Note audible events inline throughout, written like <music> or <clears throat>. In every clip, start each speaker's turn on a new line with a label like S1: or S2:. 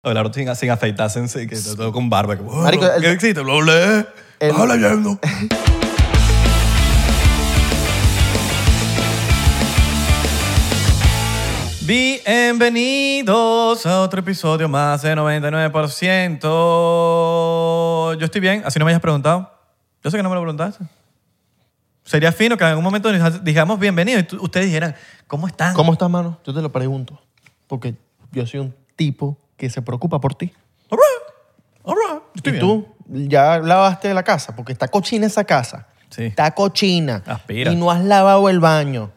S1: Hablaron sin, sin afeitarse, en sí, que te todo con barba. Que, bueno,
S2: Marico, el-
S1: ¿Qué existe? Lo hablé.
S2: el-
S1: Estaba leyendo. <laughs> Bienvenidos a otro episodio más de 99%. Yo estoy bien, así no me hayas preguntado. Yo sé que no me lo preguntaste. Sería fino que en algún momento nos dijéramos bienvenidos y tú- ustedes dijeran, ¿cómo están?
S2: ¿Cómo estás, mano? Yo te lo pregunto. Porque yo soy un tipo que se preocupa por ti.
S1: All right. All right. Yo estoy
S2: y
S1: bien.
S2: tú ya lavaste la casa, porque está cochina esa casa.
S1: Sí.
S2: Está cochina.
S1: Aspira.
S2: Y no has lavado el baño.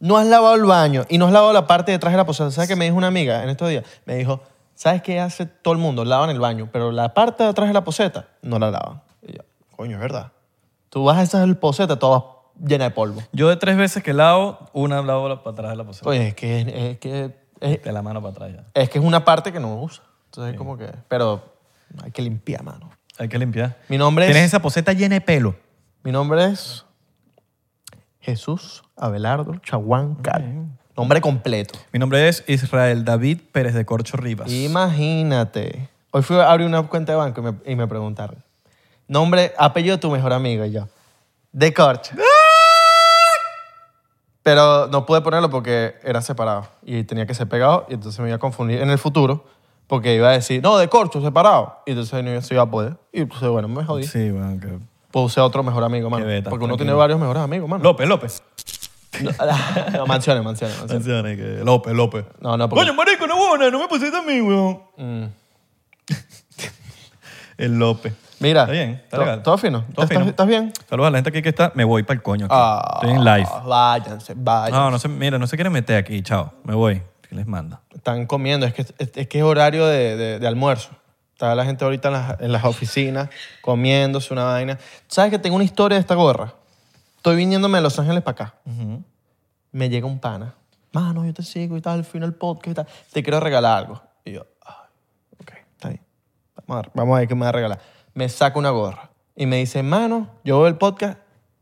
S2: No has lavado el baño y no has lavado la parte detrás de la posada. ¿Sabes qué me dijo una amiga en estos días? Me dijo, ¿sabes qué hace todo el mundo? Lavan el baño, pero la parte de atrás de la poseta no la lavan. Y yo, coño, es verdad. Tú vas a esa poseta toda llena de polvo.
S1: Yo de tres veces que lavo, una lavo la- para atrás de la poseta.
S2: Oye, es que es que es,
S1: De la mano para atrás ya.
S2: es que es una parte que no usa. Entonces, como que. Pero hay que limpiar, mano.
S1: Hay que limpiar.
S2: Mi nombre es.
S1: Tienes esa poseta llena de pelo.
S2: Mi nombre es. Jesús Abelardo Chaguán Cal. Nombre completo.
S1: Mi nombre es Israel David Pérez de Corcho Rivas.
S2: Imagínate. Hoy fui a abrir una cuenta de banco y me, y me preguntaron. Nombre, apellido de tu mejor amigo y yo. De corcha.
S1: ¡Ah!
S2: Pero no pude ponerlo porque era separado y tenía que ser pegado y entonces me iba a confundir en el futuro porque iba a decir, no, de corcho, separado. Y entonces no se iba a poder. Y entonces, bueno, me jodí.
S1: Sí, bueno, que...
S2: Puse otro mejor amigo, mano.
S1: Qué beta,
S2: porque uno tiene
S1: tranquilo.
S2: varios mejores amigos, mano.
S1: López, López.
S2: No, <laughs> no,
S1: <laughs>
S2: mansiones, mansiones, mansiones.
S1: Menciones que- López, López.
S2: No, no, porque- Mm.
S1: Coño, marico, no buena, no me pusiste a mí, weón. <laughs> El López.
S2: Mira.
S1: Está bien, está
S2: to-
S1: legal.
S2: ¿Todo fino?
S1: Todo
S2: ¿Estás-
S1: fino.
S2: ¿Estás bien?
S1: Saludos a la gente aquí que está. Me voy para el coño. aquí.
S2: Ah,
S1: Estoy en live.
S2: Váyanse, váyanse.
S1: No, no se, mira, no se quiere meter aquí. Chao. Me voy. ¿Qué les manda?
S2: Están comiendo, es que es, es que es horario de, de- de almuerzo. Está la gente ahorita en las, en las oficinas comiéndose una vaina. ¿Sabes que tengo una historia de esta gorra? Estoy viniéndome de Los Ángeles para acá. Me llega un pana. Mano, yo te sigo y tal, al final podcast y tal. Te quiero regalar algo. Y yo, "Ah, ok, está bien. Vamos a, ver, vamos a ver qué me va a regalar. Me saca una gorra y me dice, mano, yo veo el podcast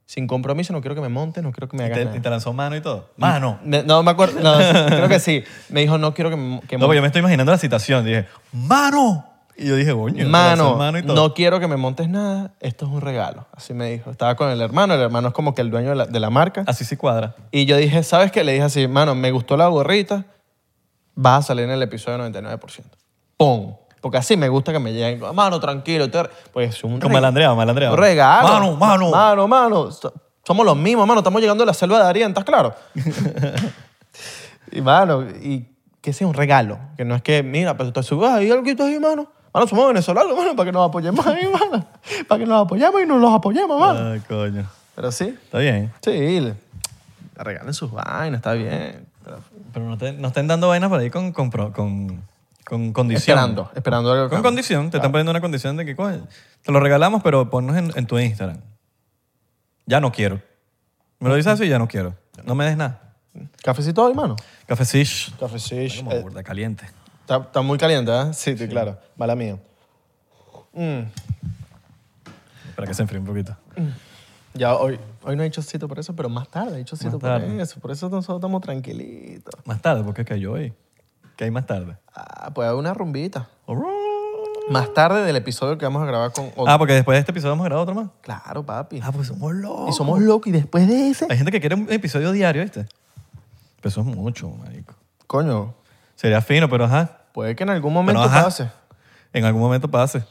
S2: sin compromiso, no quiero que me montes, no quiero que me
S1: ¿Y
S2: hagas
S1: te,
S2: nada.
S1: y te lanzó mano y todo?
S2: Mm.
S1: Mano.
S2: Me- no me acuerdo, no, creo que sí. Me dijo, no quiero que me, que
S1: No, porque yo me estoy imaginando la situación. Dije, mano. Y yo dije, coño.
S2: Mano,
S1: lanzó mano y todo.
S2: no quiero que me montes nada, esto es un regalo. Así me dijo. Estaba con el hermano, el hermano es como que el dueño de la, de la marca.
S1: Así sí cuadra.
S2: Y yo dije, ¿sabes qué? Le dije así, mano, me gustó la gorrita, vas a salir en el episodio 99%. ¡Pum! Porque así me gusta que me lleguen, mano, tranquilo. Te... re-". Pues es un
S1: Con
S2: regalo.
S1: malandreado, malandreado.
S2: Un regalo.
S1: Mano, mano.
S2: Mano, mano. So- Somos los mismos, mano. Estamos llegando a la selva de Darien,
S1: <laughs>
S2: ¿estás claro? y, mano, y que sea un regalo. Que no es que, mira, pero te subes ahí algo ahí, mano. Mano, somos venezolanos, mano, para que nos apoyemos ahí, mano. Para que nos apoyemos y nos los apoyemos, mano.
S1: Ay, coño.
S2: Pero sí,
S1: Está bien.
S2: sí. le- Regalen sus vainas, está bien. Pero-
S1: Pero no, te- no estén dando vainas por ahí con, con, pro- con, con condición.
S2: Esperando, esperando algo.
S1: Con condición. Te están poniendo una condición de que coño, te lo regalamos, pero ponnos en, en tu Instagram. Ya no quiero. Me lo dices así, ya no quiero. No me des nada.
S2: Cafecito hoy, mano.
S1: Cafecish.
S2: Cafecito.
S1: Como burda caliente.
S2: Está, está muy caliente, ¿eh? Sí, sí, claro. Mala mía. Mm,
S1: Para que se enfríe un poquito.
S2: Ya hoy, hoy no he hecho sitio por eso, pero más tarde he hecho sitio por
S1: tarde.
S2: eso. Por eso nosotros estamos tranquilitos.
S1: Más tarde, porque cayó hoy. Que hay más tarde.
S2: Ah, pues una rumbita. Más tarde del episodio que vamos a grabar con otro.
S1: Ah, porque después de este episodio vamos a grabar otro más.
S2: Claro, papi.
S1: Ah, pues somos locos.
S2: y somos locos. Y después de ese.
S1: Hay gente que quiere un episodio diario, ¿viste? Pero eso es mucho, marico.
S2: Coño,
S1: Sería fino, pero ajá.
S2: puede que en algún momento
S1: Pero, ajá.
S2: pase.
S1: En algún momento pase.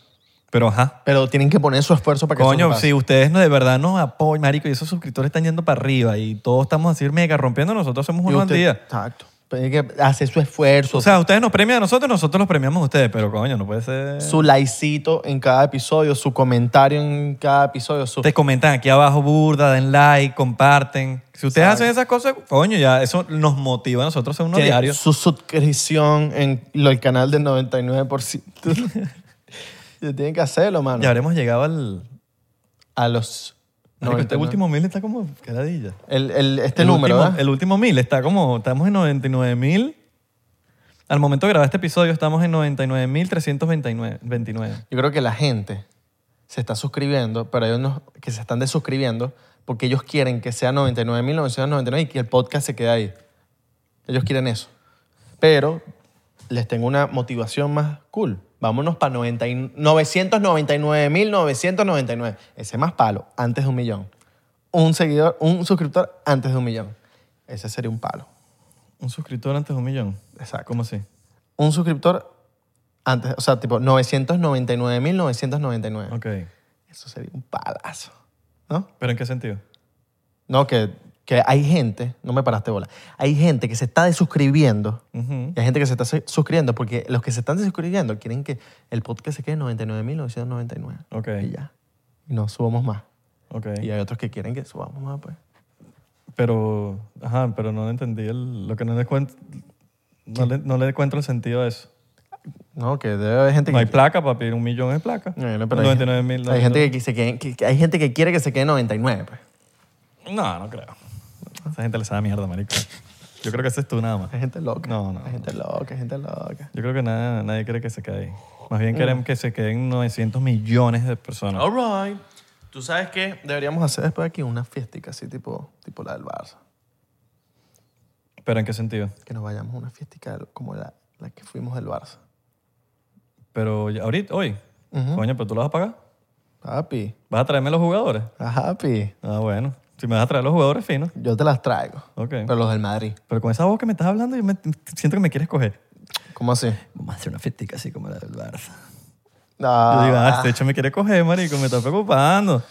S1: Pero ajá.
S2: Pero tienen que poner su esfuerzo para que eso
S1: Coño,
S2: pase.
S1: si ustedes no, de verdad nos apoyan, marico, y esos suscriptores están yendo para arriba y todos estamos así mega rompiendo, nosotros somos
S2: Y
S1: uno al
S2: usted-
S1: día.
S2: Exacto. Tiene que hacer su esfuerzo.
S1: O sea, ustedes nos premian a nosotros, nosotros los premiamos a ustedes, pero coño, no puede ser...
S2: su likecito en cada episodio, su comentario en cada episodio, su...
S1: Te comentan aquí abajo burda, den like, comparten. Si ustedes hacen esas cosas, coño, ya eso nos motiva a nosotros a ser uno
S2: que-
S1: diario.
S2: su suscripción en lo, el canal del <laughs> 99%. Tienen que hacerlo, mano.
S1: Ya habremos llegado al...
S2: A los...
S1: Marico, este
S2: 99.
S1: último mil está como caladilla.
S2: El- el- este
S1: el
S2: número,
S1: último,
S2: ¿verdad?
S1: El último mil está como, estamos en 99 mil. Al momento de grabar este episodio estamos en 99.329.
S2: Yo creo que la gente se está suscribiendo, pero hay unos que se están desuscribiendo porque ellos quieren que sea 99.999 y que el podcast se quede ahí. Ellos quieren eso. Pero les tengo una motivación más cool. Vámonos para 999.999. Ese más palo, antes de un millón. Un seguidor, un suscriptor antes de un millón. Ese sería un palo.
S1: Un suscriptor antes de un millón.
S2: Exacto.
S1: ¿Cómo así?
S2: Un suscriptor antes, o sea, tipo 999.999.
S1: Ok.
S2: Eso sería un palazo, ¿no?
S1: ¿Pero en qué sentido?
S2: No, que, que hay gente, no me paraste bola, hay gente que se está desuscribiendo.
S1: Ujú.
S2: Y hay gente que se está su- suscribiendo porque los que se están suscribiendo quieren que el podcast se quede en 99.999.
S1: Ok.
S2: Y ya. Y no subamos más.
S1: Ok.
S2: Y hay otros que quieren que subamos más, pues.
S1: Pero, ajá, pero no entendí el- lo que no le cuento. No le, no le encuentro el sentido a eso.
S2: No, que debe haber gente que...
S1: No hay placa, papi. Un millón es placa.
S2: No, no, pero hay-
S1: 99 mil.
S2: Hay, gente que, se quede- que- que hay gente que quiere que se quede en 99, pues.
S1: No, no creo. A Esa gente le sabe mierda, marico. Yo creo que ese es tú nada más.
S2: Hay gente loca.
S1: No, no.
S2: Hay gente loca, hay gente loca.
S1: Yo creo que nada, nadie quiere que se quede ahí. Más bien queremos que se queden 900 millones de personas.
S2: All right. ¿Tú sabes qué? Deberíamos hacer después aquí una fiestica así, tipo, tipo la del Barça.
S1: ¿Pero en qué sentido?
S2: Que nos vayamos a una fiestica como la, la que fuimos del Barça.
S1: Pero ya- ahorita, hoy. Coño, pero tú lo vas a pagar.
S2: Papi.
S1: ¿Vas a traerme los jugadores?
S2: Ajá, pi.
S1: Ah, bueno. Si me vas a traer los jugadores, fino.
S2: Yo te las traigo.
S1: Ok.
S2: Pero los del Madrid.
S1: Pero con esa voz que me estás hablando, yo me- siento que me quieres coger.
S2: ¿Cómo así?
S1: Vamos a hacer una festica así como la del Barça. Yo digo, ah,
S2: Ah,
S1: este hecho me quiere coger, marico, me está preocupando.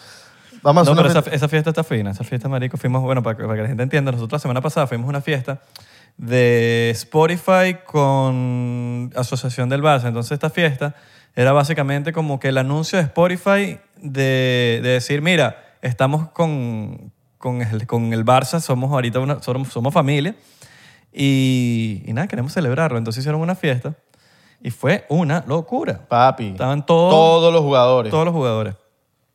S2: vamos
S1: No,
S2: a hacer
S1: pero
S2: una
S1: esa,
S2: fiesta.
S1: esa fiesta está fina. Esa fiesta, marico, fuimos, bueno, para, que- para que la gente entienda, nosotros la semana pasada fuimos a una fiesta de Spotify con Asociación del Barça. Entonces esta fiesta era básicamente como que el anuncio de Spotify de, de decir, mira, estamos con, con, el, con el Barça, somos ahorita una, somos, somos familia y, y nada, queremos celebrarlo. Entonces hicieron una fiesta y fue una locura.
S2: Papi.
S1: Estaban todos,
S2: Todos los jugadores.
S1: todos los jugadores.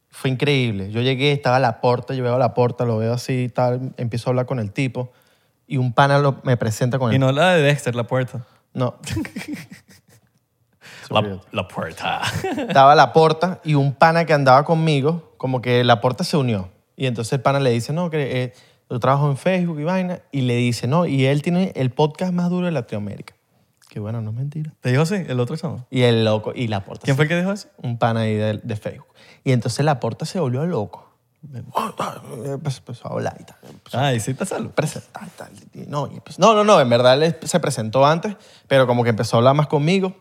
S2: Fue increíble. Yo llegué, estaba a la puerta, yo veo a la puerta, lo veo así, tal, empiezo a hablar con el tipo y un pana lo- me presenta con
S1: Y
S2: él.
S1: no la de Dexter, la puerta.
S2: No.
S1: <laughs> La, puerta.
S2: estaba a la puerta y un pana que andaba conmigo, como que la puerta se unió. Y entonces el pana le dice, no, que eh, yo trabajo en Facebook y vaina. Y le dice, no, y él tiene el podcast más duro de Latinoamérica. Que bueno, no es mentira.
S1: ¿Te dijo así el otro chamo?
S2: Y el loco, y la puerta
S1: ¿Quién fue el que dijo eso?
S2: un pan ahí de, de Facebook. Y entonces la porta se volvió loco. Empezó empezó a hablar y tal. Empezó
S1: Ah, y sí está salvo.
S2: a presentar y tal. ah, Y No, y empezó- no, no, no, en verdad él se presentó antes, pero como que empezó a hablar más conmigo.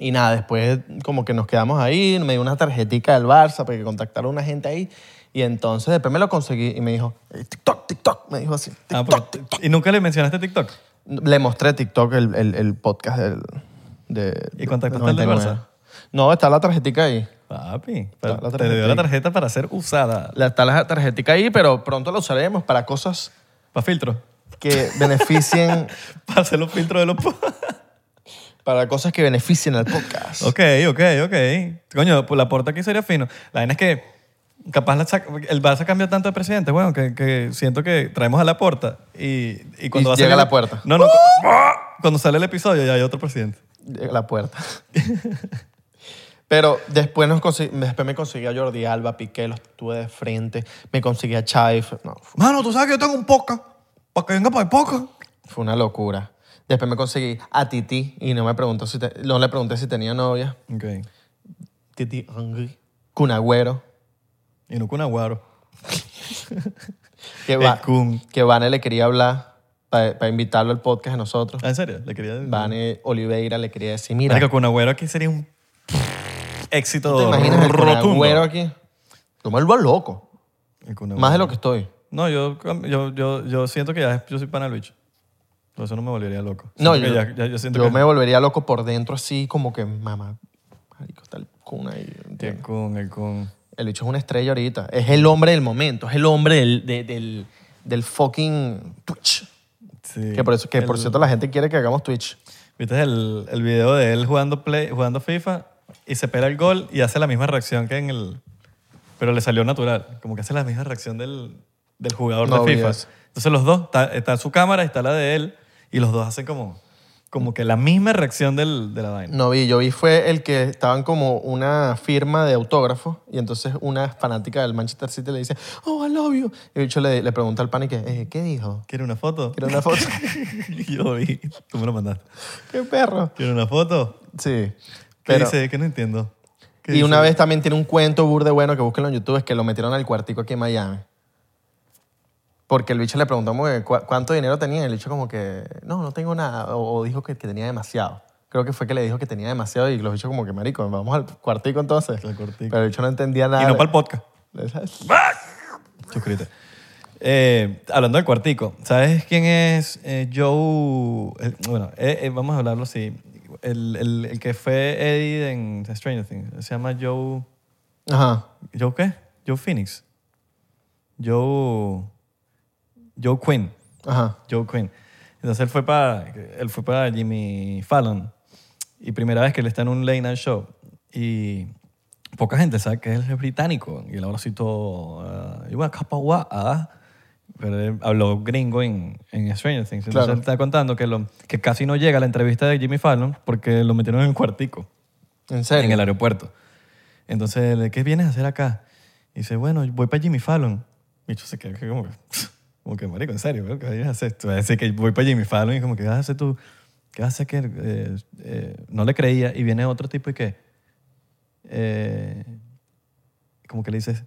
S2: Y nada, después como que nos quedamos ahí, me dio una tarjetica del Barça para que contactara a una gente ahí. Y entonces después me lo conseguí y me dijo, eh, TikTok, TikTok, me dijo así,
S1: Ah,
S2: TikTok.
S1: porque- ¿Y nunca le mencionaste TikTok?
S2: Le mostré TikTok el, el- el podcast del, de...
S1: ¿Y contactaste al del
S2: 99.
S1: Barça?
S2: No, está la tarjetica ahí.
S1: Papi,
S2: La-
S1: pero
S2: la
S1: te dio
S2: tarjeta.
S1: la tarjeta para ser usada.
S2: La, está la tarjetica ahí, pero pronto la usaremos para cosas
S1: ¿Para filtro? <laughs>
S2: que beneficien,
S1: Para hacer los filtros de los... po- <laughs>
S2: para cosas que beneficien al podcast.
S1: ok, ok, ok. Coño, pues la puerta aquí sería fino. La vaina es que capaz la saca- el Barça cambia tanto de presidente, bueno, que, que siento que traemos a la puerta y, y cuando
S2: Y
S1: va a
S2: llega
S1: salir-
S2: la puerta.
S1: No, no. cu- Cuando sale el episodio ya hay otro presidente.
S2: Llega La puerta. <laughs> Pero después, nos consi- después me conseguí a Jordi Alba, Piqué, los tuve de frente, me conseguí a Chaif. No, fu-
S1: Mano, tú sabes que yo tengo un poca. Para que venga para el poca.
S2: fue una locura. Después me conseguí a Titi y no, me preguntó si te- no le pregunté si tenía novia.
S1: Ok.
S2: Titi Henry. Cunagüero.
S1: Y no con Aguaro.
S2: Que,
S1: El
S2: va,
S1: Kun.
S2: que Vane le quería hablar para invitarlo al podcast a nosotros.
S1: Ah, ¿En serio? Le quería decir.
S2: Vane Oliveira le quería decir, mira,
S1: Marico, con Agüero aquí sería un éxito
S2: ¿Te imaginas el
S1: rotundo.
S2: Agüero aquí? Yo me vuelvo loco.
S1: El Kun Agüero.
S2: Más de lo que estoy.
S1: No, yo, yo, yo, yo siento que ya es- yo soy pana del bicho. Por eso no me volvería loco.
S2: No,
S1: Siento
S2: yo,
S1: que ya- ya- yo siento
S2: yo
S1: que
S2: me volvería loco por dentro así como que, mamá, marico, está el Kun ahí.
S1: El Kun, el Kun.
S2: El bicho es una estrella ahorita. Es el hombre del momento. Es el hombre del, de- del, del fucking Twitch.
S1: Sí.
S2: Que, por, eso, que por
S1: El-
S2: cierto la gente quiere que hagamos Twitch.
S1: ¿Viste el, el video de él jugando, play, jugando FIFA y se pega el gol y hace la misma reacción que en el... Pero le salió natural. Como que hace la misma reacción del, del jugador
S2: No
S1: de
S2: vi
S1: FIFA.
S2: eso.
S1: Entonces los dos, está, está su cámara, está la de él y los dos hacen como... como que la misma reacción del, de la vaina.
S2: No vi, yo vi fue el que estaban como una firma de autógrafo y entonces una fanática del Manchester City le dice, oh, I love you. Y el bicho le, le pregunta al pan y que, "Eh, ¿qué dijo?
S1: ¿Quieres una foto?
S2: ¿Quiere una
S1: <laughs>
S2: foto? <laughs>
S1: Yo vi. Tú me lo mandaste.
S2: ¡Qué perro!
S1: ¿Quieres una foto?
S2: Sí.
S1: ¿Qué
S2: pero-
S1: dice? Que no entiendo. ¿Qué
S2: Y una
S1: dice?
S2: vez también tiene un cuento burde bueno que búsquenlo en YouTube, es que lo metieron al cuartico aquí en Miami. Porque el bicho le preguntó como que, "¿Cu- cuánto dinero tenía. y El bicho como que, no, no tengo nada. O, o dijo que, que tenía demasiado. Creo que fue que le dijo que tenía demasiado y los bichos como que, marico, vamos al cuartico entonces.
S1: Al cuartico.
S2: Pero el bicho no entendía nada.
S1: Y no para el podcast.
S2: Exacto.
S1: Suscríbete. Eh, hablando del cuartico, ¿sabes quién es eh, Joe? eh, bueno, eh, eh, vamos a hablarlo así. El, el- el que fue Eddie en Stranger Things. Se llama Joe...
S2: Ajá.
S1: ¿Joe qué? Joe Phoenix. Joe... Joe Quinn.
S2: Ajá.
S1: Joe Quinn. Entonces él fue para él fue para Jimmy Fallon y primera vez que él está en un late night show y poca gente sabe que él es británico y él ahora sí todo ah, igual capa guapa pero él habló gringo en, en Stranger Things entonces
S2: Claro.
S1: él está contando que, lo, que casi no llega a la entrevista de Jimmy Fallon porque lo metieron en el cuartico
S2: En serio.
S1: en el aeropuerto. Entonces, le- ¿qué vienes a hacer acá? Y dice, bueno, voy para Jimmy Fallon. Y yo se queda que como que, <laughs> como que, marico, en serio, ¿qué vienes a hacer? Tú vas a decir que voy para Jimmy Fallon y como que, ¿qué vas a hacer tú? ¿Qué vas a hacer que eh, eh, no le creía? Y viene otro tipo y que, eh, como que le dices,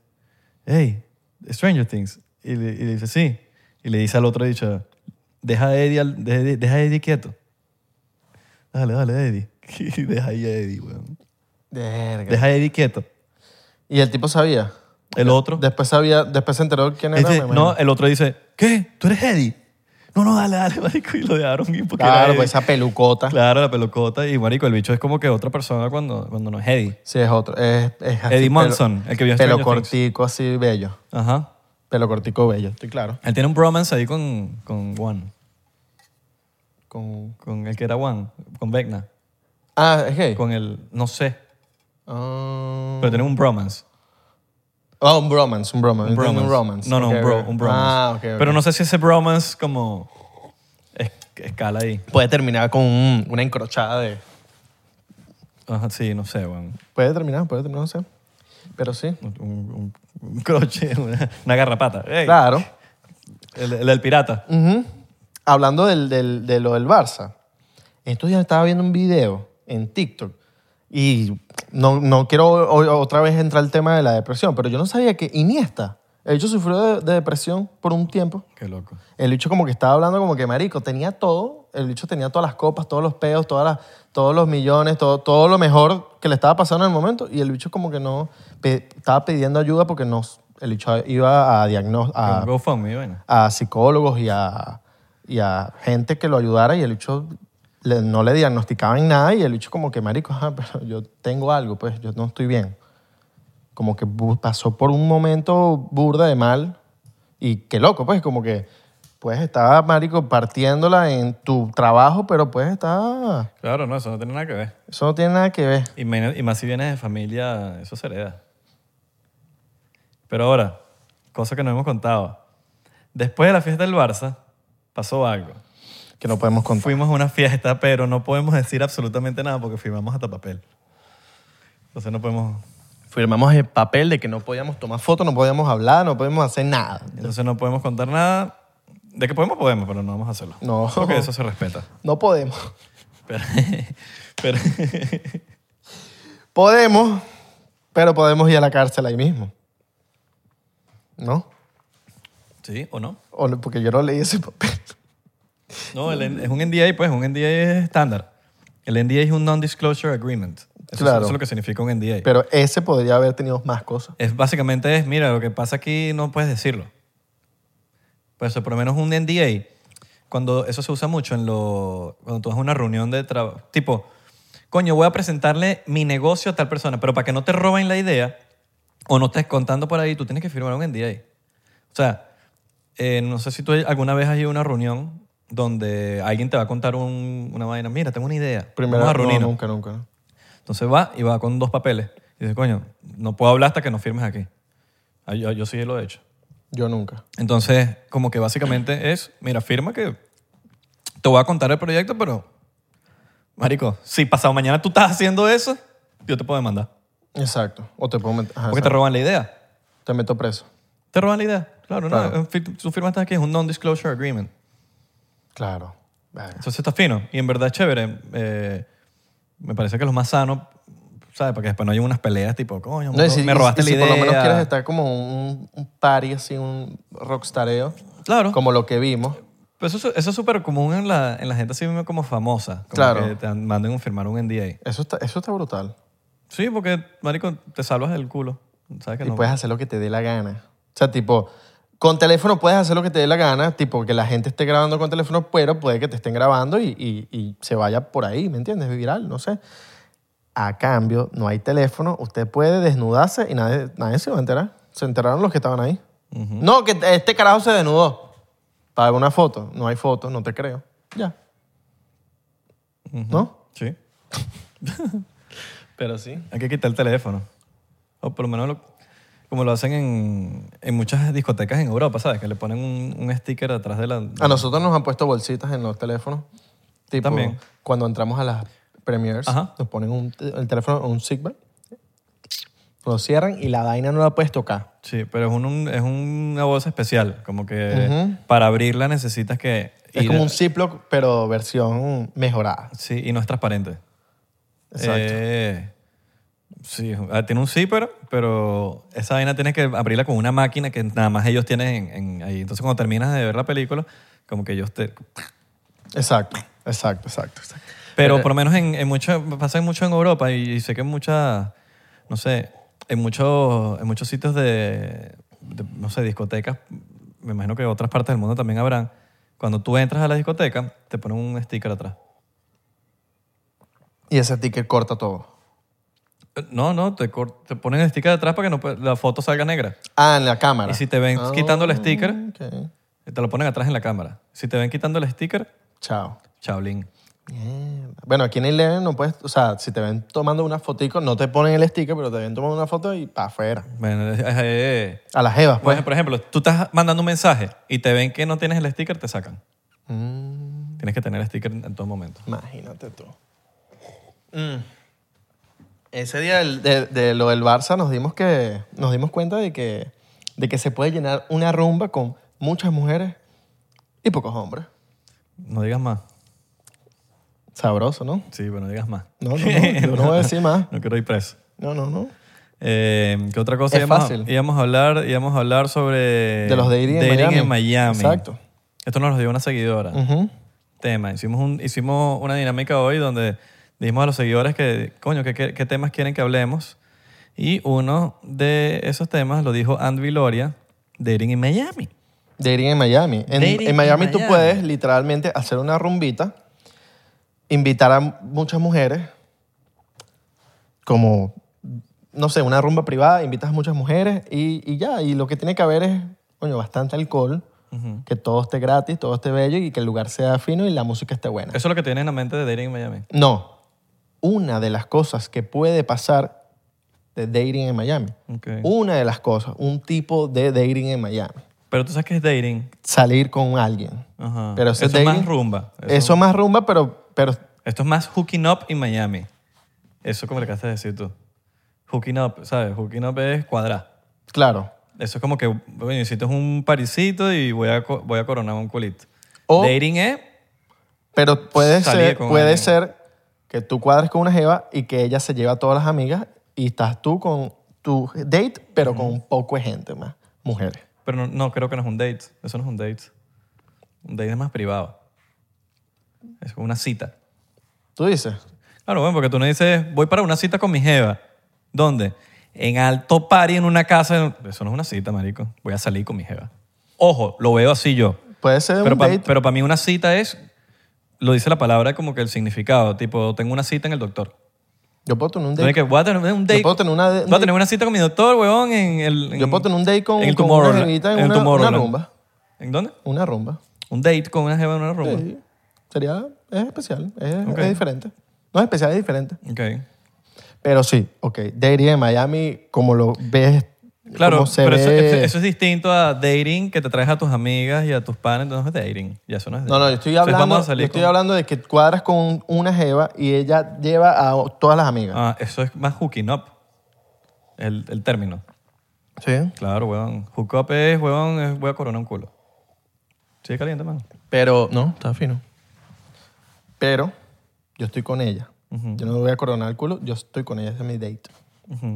S1: hey, Stranger Things. Y le, y le dice, sí. Y le dice al otro dicho, deja a Eddie, al- deja, a Eddie- deja a Eddie quieto. Dale, dale, Eddie. <laughs> Y deja ahí a Eddie, weón.
S2: Verga.
S1: Deja a Eddie quieto.
S2: Y el tipo sabía.
S1: El otro.
S2: Después sabía, después se enteró quién era.
S1: Este-
S2: me
S1: no,
S2: imagino.
S1: el otro dice, ¿qué? ¿Tú eres Eddie? No, no, dale, <laughs> dale, marico. Y lo dejaron ir porque era
S2: claro,
S1: Eddie.
S2: pues esa pelucota.
S1: Claro, la pelocota. Y marico, el bicho es como que otra persona cuando, cuando no es Eddie.
S2: Sí, es otro. Es, es así,
S1: Eddie
S2: pelo-
S1: Monson, el que vio
S2: Pelo
S1: Stranger
S2: cortico, así bello.
S1: Ajá.
S2: Pelo cortico, bello. Estoy claro.
S1: Él tiene un bromance ahí con, con Juan.
S2: Con...
S1: Con el que era Juan. Con Vecna.
S2: Ah, es gay.
S1: Con el, no sé.
S2: Ah.
S1: Pero tiene un bromance.
S2: Ah, un bromance, un bromance.
S1: Un bromance.
S2: Un bromance.
S1: No, no,
S2: Ok,
S1: un, bro,
S2: ok.
S1: un bromance.
S2: Ah, ok. ok.
S1: Pero no sé si ese bromance como es- escala ahí.
S2: Puede terminar con un- una encrochada de...
S1: Ajá, sí, no sé, Juan.
S2: Puede terminar, puede terminar, no sé. Pero sí.
S1: Un, un- un crochet, <laughs> una, una garrapata. Ey.
S2: Claro.
S1: El, el del pirata.
S2: Ujú. Hablando del, del- de lo del Barça, estos días estaba viendo un video en TikTok y no, no quiero o- otra vez entrar al tema de la depresión, pero yo no sabía que Iniesta, el hecho sufrió de, de depresión por un tiempo.
S1: Qué loco.
S2: El bicho como que estaba hablando como que marico, tenía todo, el bicho tenía todas las copas, todos los peos, todas las, todos los millones, todo, todo lo mejor que le estaba pasando en el momento y el bicho como que no pe- estaba pidiendo ayuda porque no, el bicho iba a diagnos- a
S1: Con GoFundMe, bueno.
S2: a psicólogos y a, y a gente que lo ayudara y el bicho le- no le diagnosticaban nada y el bicho como que, marico, ajá, pero yo tengo algo, pues yo no estoy bien. Como que bu- pasó por un momento burda de mal y qué loco, pues como que puedes estar, marico, partiéndola en tu trabajo, pero puedes estar...
S1: Claro, no, eso no tiene nada que ver.
S2: Eso no tiene nada que ver.
S1: Y, men- y más si vienes de familia, eso se hereda. Pero ahora, cosa que no hemos contado. Después de la fiesta del Barça, pasó algo.
S2: Que no podemos contar.
S1: Fuimos a una fiesta, pero no podemos decir absolutamente nada porque firmamos hasta papel. Entonces no podemos,
S2: Firmamos el papel de que no podíamos tomar fotos, no podíamos hablar, no podíamos hacer nada.
S1: entonces no podemos contar nada. De que podemos, podemos, pero no vamos a hacerlo.
S2: No.
S1: Porque eso se respeta.
S2: No podemos.
S1: Pero, <laughs> pero,
S2: Podemos, pero podemos ir a la cárcel ahí mismo. ¿No?
S1: ¿Sí o no?
S2: O no- porque yo no leí ese papel.
S1: No, el- es un NDA, pues, un NDA estándar. El NDA es un Non-Disclosure Agreement. Eso, es,
S2: Claro.
S1: eso es lo que significa un NDA.
S2: Pero ese podría haber tenido más cosas.
S1: es, básicamente es, mira, lo que pasa aquí no puedes decirlo. Pues por lo menos un NDA, cuando eso se usa mucho en lo, cuando tú vas a una reunión de trabajo, tipo, coño, voy a presentarle mi negocio a tal persona, pero para que no te roben la idea o no estés contando por ahí, tú tienes que firmar un NDA. O sea, eh, no sé si tú alguna vez has ido a una reunión donde alguien te va a contar un- una vaina, mira, tengo una idea,
S2: Primero,
S1: vamos a reunirnos.
S2: no, nunca, nunca.
S1: Entonces va y va con dos papeles. Y dice, coño, no puedo hablar hasta que no firmes aquí. Ah, Yo, yo sí lo he hecho.
S2: Yo nunca. <clears throat>
S1: Entonces, como que básicamente es, mira, firma que te voy a contar el proyecto, pero Marico, si pasado mañana tú estás haciendo eso, yo te puedo demandar.
S2: Exacto. O te puedo meter. ajá,
S1: Porque te
S2: exacto.
S1: roban la idea.
S2: te meto preso.
S1: Te roban la idea. Claro,
S2: Claro.
S1: no. Fir- Tú firmaste aquí, es un non-disclosure agreement.
S2: Claro. Verga.
S1: Entonces está fino. Y en verdad es chévere. Eh, me parece que es lo más sano, ¿sabes? Para que después no haya unas peleas tipo, coño,
S2: No, y si-
S1: me
S2: y-
S1: robaste
S2: y
S1: la
S2: si
S1: idea.
S2: por lo menos quieres estar como un, un party así, un rockstareo,
S1: Claro.
S2: como lo que vimos.
S1: Pero Pues eso, es- eso es súper común en la, en la gente así mismo como famosa. Como
S2: Claro.
S1: Que te manden a firmar un NDA.
S2: Eso está, eso está brutal.
S1: Sí, porque, marico, te salvas del culo. ¿Sabes que
S2: Y pues-
S1: no?
S2: puedes hacer lo que te dé la gana. O sea, tipo, con teléfono puedes hacer lo que te dé la gana, tipo que la gente esté grabando con teléfono, pero puede que te estén grabando y, y- y se vaya por ahí, ¿me entiendes? Viral, no sé. A cambio, no hay teléfono, usted puede desnudarse y nadie, nadie se va a enterar. Se enteraron los que estaban ahí. No, que este carajo se desnudó. Para una foto. No hay foto, no te creo. Ya. ¿No?
S1: Sí.
S2: Pero sí.
S1: Hay que quitar el teléfono. O por lo menos lo- como lo hacen en, en muchas discotecas en Europa, ¿sabes? Que le ponen un, un sticker atrás de la...
S2: A nosotros nos han puesto bolsitas en los teléfonos. Tipo,
S1: También.
S2: cuando entramos a las premiers,
S1: Ajá.
S2: nos ponen un, te- el teléfono en un zigzag, lo cierran y la vaina no la puedes tocar.
S1: Sí, pero es, un- un- es una bolsa especial. Como que para abrirla necesitas que...
S2: Es
S1: ir-
S2: como un Ziploc, pero versión mejorada.
S1: Sí, y no es transparente.
S2: Exacto.
S1: Eh, sí, ah, tiene un zipper, pero esa vaina tienes que abrirla con una máquina que nada más ellos tienen en- en ahí. Entonces cuando terminas de ver la película, como que ellos te...
S2: Exacto, exacto, exacto. exacto.
S1: Pero por lo menos en, en mucho, pasa mucho en Europa y, sé que en muchas, no sé, en muchos, en muchos sitios de, de, no sé, discotecas, me imagino que otras partes del mundo también habrán, cuando tú entras a la discoteca, te ponen un sticker atrás.
S2: Y ese ticket corta todo.
S1: Eh, No, no, te, cor- te ponen el sticker atrás para que no, pu- la foto salga negra.
S2: Ah, en la cámara.
S1: Y si te ven
S2: Ah,
S1: quitando el sticker,
S2: ok.
S1: te lo ponen atrás en la cámara. Si te ven quitando el sticker,
S2: Chao.
S1: chablín.
S2: Mierda. Bueno, aquí en Eleven no puedes, o sea, si te ven tomando una fotico, no te ponen el sticker, pero te ven tomando una foto y para afuera.
S1: Bueno, eh, eh,
S2: A las jevas,
S1: Por
S2: pues.
S1: ej- por ejemplo, tú estás mandando un mensaje y te ven que no tienes el sticker, te sacan.
S2: Mm.
S1: Tienes que tener el sticker en todo momento.
S2: Imagínate tú. Mm. Ese día del- de, de lo del Barça nos dimos, que, nos dimos cuenta de que, de que se puede llenar una rumba con muchas mujeres y pocos hombres.
S1: No digas más.
S2: Sabroso, ¿no?
S1: Sí, pero no digas más.
S2: No, no, no, yo no voy a decir más.
S1: No quiero ir preso.
S2: No, no, no.
S1: Eh, ¿Qué otra cosa?
S2: Es
S1: íbamos, a-
S2: fácil.
S1: íbamos a hablar, íbamos a hablar sobre...
S2: De los dating en Miami. Exacto.
S1: Esto nos lo dio una seguidora.
S2: Ujú.
S1: tema. Hicimos, un, hicimos una dinámica hoy donde dijimos a los seguidores que, coño, ¿qué, qué, qué temas quieren que hablemos? Y uno de esos temas lo dijo Andy Loria, Dating in Miami.
S2: Dating en Miami. En,
S1: Dating
S2: en Miami
S1: en
S2: tú
S1: Miami.
S2: puedes literalmente hacer una rumbita, invitar a muchas mujeres, como, no sé, una rumba privada, invitas a muchas mujeres y, y ya. Y lo que tiene que haber es, coño, bastante alcohol, que todo esté gratis, todo esté bello y que el lugar sea fino y la música esté buena.
S1: Eso es lo que tiene en la mente de Dating in Miami.
S2: No, una de las cosas que puede pasar de dating en Miami,
S1: Ok.
S2: una de las cosas, un tipo de dating en Miami,
S1: Pero tú sabes que es dating.
S2: salir con alguien.
S1: Ajá.
S2: Pero
S1: eso
S2: ese
S1: es
S2: dating-
S1: más rumba. Eso-
S2: Eso, más rumba, pero, pero
S1: Esto es más hooking up in Miami. Eso como le acabaste de decir tú. Hooking up, ¿sabes? Hooking up es cuadrar.
S2: claro.
S1: Eso es como que, bueno, necesito un parisito y voy a, co- voy a coronar un culito.
S2: O-
S1: Dating es
S2: Pero puede
S1: Salir
S2: ser,
S1: con
S2: puede
S1: alguien.
S2: ser que tú cuadres con una jeva y que ella se lleva a todas las amigas y estás tú con tu date, pero con un poco de gente más, mujeres.
S1: Pero no, no, creo que no es un date. Eso no es un date. Un date es más privado. Es una cita.
S2: ¿Tú dices?
S1: Claro, bueno, porque tú no dices, voy para una cita con mi jeva. ¿Dónde? En alto party, en una casa. Eso no es una cita, marico. Voy a salir con mi jeva. Ojo, lo veo así yo.
S2: Puede ser
S1: Pero
S2: un
S1: pa-
S2: date.
S1: pero para mí una cita es, lo dice la palabra como que el significado. Tipo, tengo una cita en el doctor.
S2: yo puedo tener un
S1: Entonces,
S2: date.
S1: que voy a tener un date.
S2: Yo puedo tener una-
S1: voy a tener una cita con mi doctor, weón, en el... en-
S2: Yo puedo tener un date con-
S1: en el
S2: con una
S1: Tomorrowland.
S2: jevita en
S1: el
S2: una- una
S1: Tomorrowland.
S2: rumba.
S1: ¿En dónde?
S2: Una rumba.
S1: Un date con una jeva en una rumba.
S2: Sí. Sería, es especial, es,
S1: Ok.
S2: es diferente. No es especial, es diferente.
S1: Ok.
S2: Pero sí, ok. Dating en Miami, como lo ves
S1: Claro,
S3: cómo se
S1: pero
S3: ve.
S1: eso, eso- eso es distinto a dating, que te traes a tus amigas y a tus panes, entonces es dating. Ya eso no es
S2: No, no, yo estoy hablando,
S1: vamos a salir
S2: yo estoy
S1: con-
S2: hablando de que cuadras con una jeva y ella lleva a todas las amigas.
S1: Ah, eso es más hooking up, el, el término. Ah.
S2: Sí.
S1: Claro, weón. Hook up es, weón, es voy a coronar un culo. Sigue caliente, mano.
S2: Pero, no, está fino. Pero yo estoy con ella. Yo no voy a coronar el culo, yo estoy con ella, ese es mi date.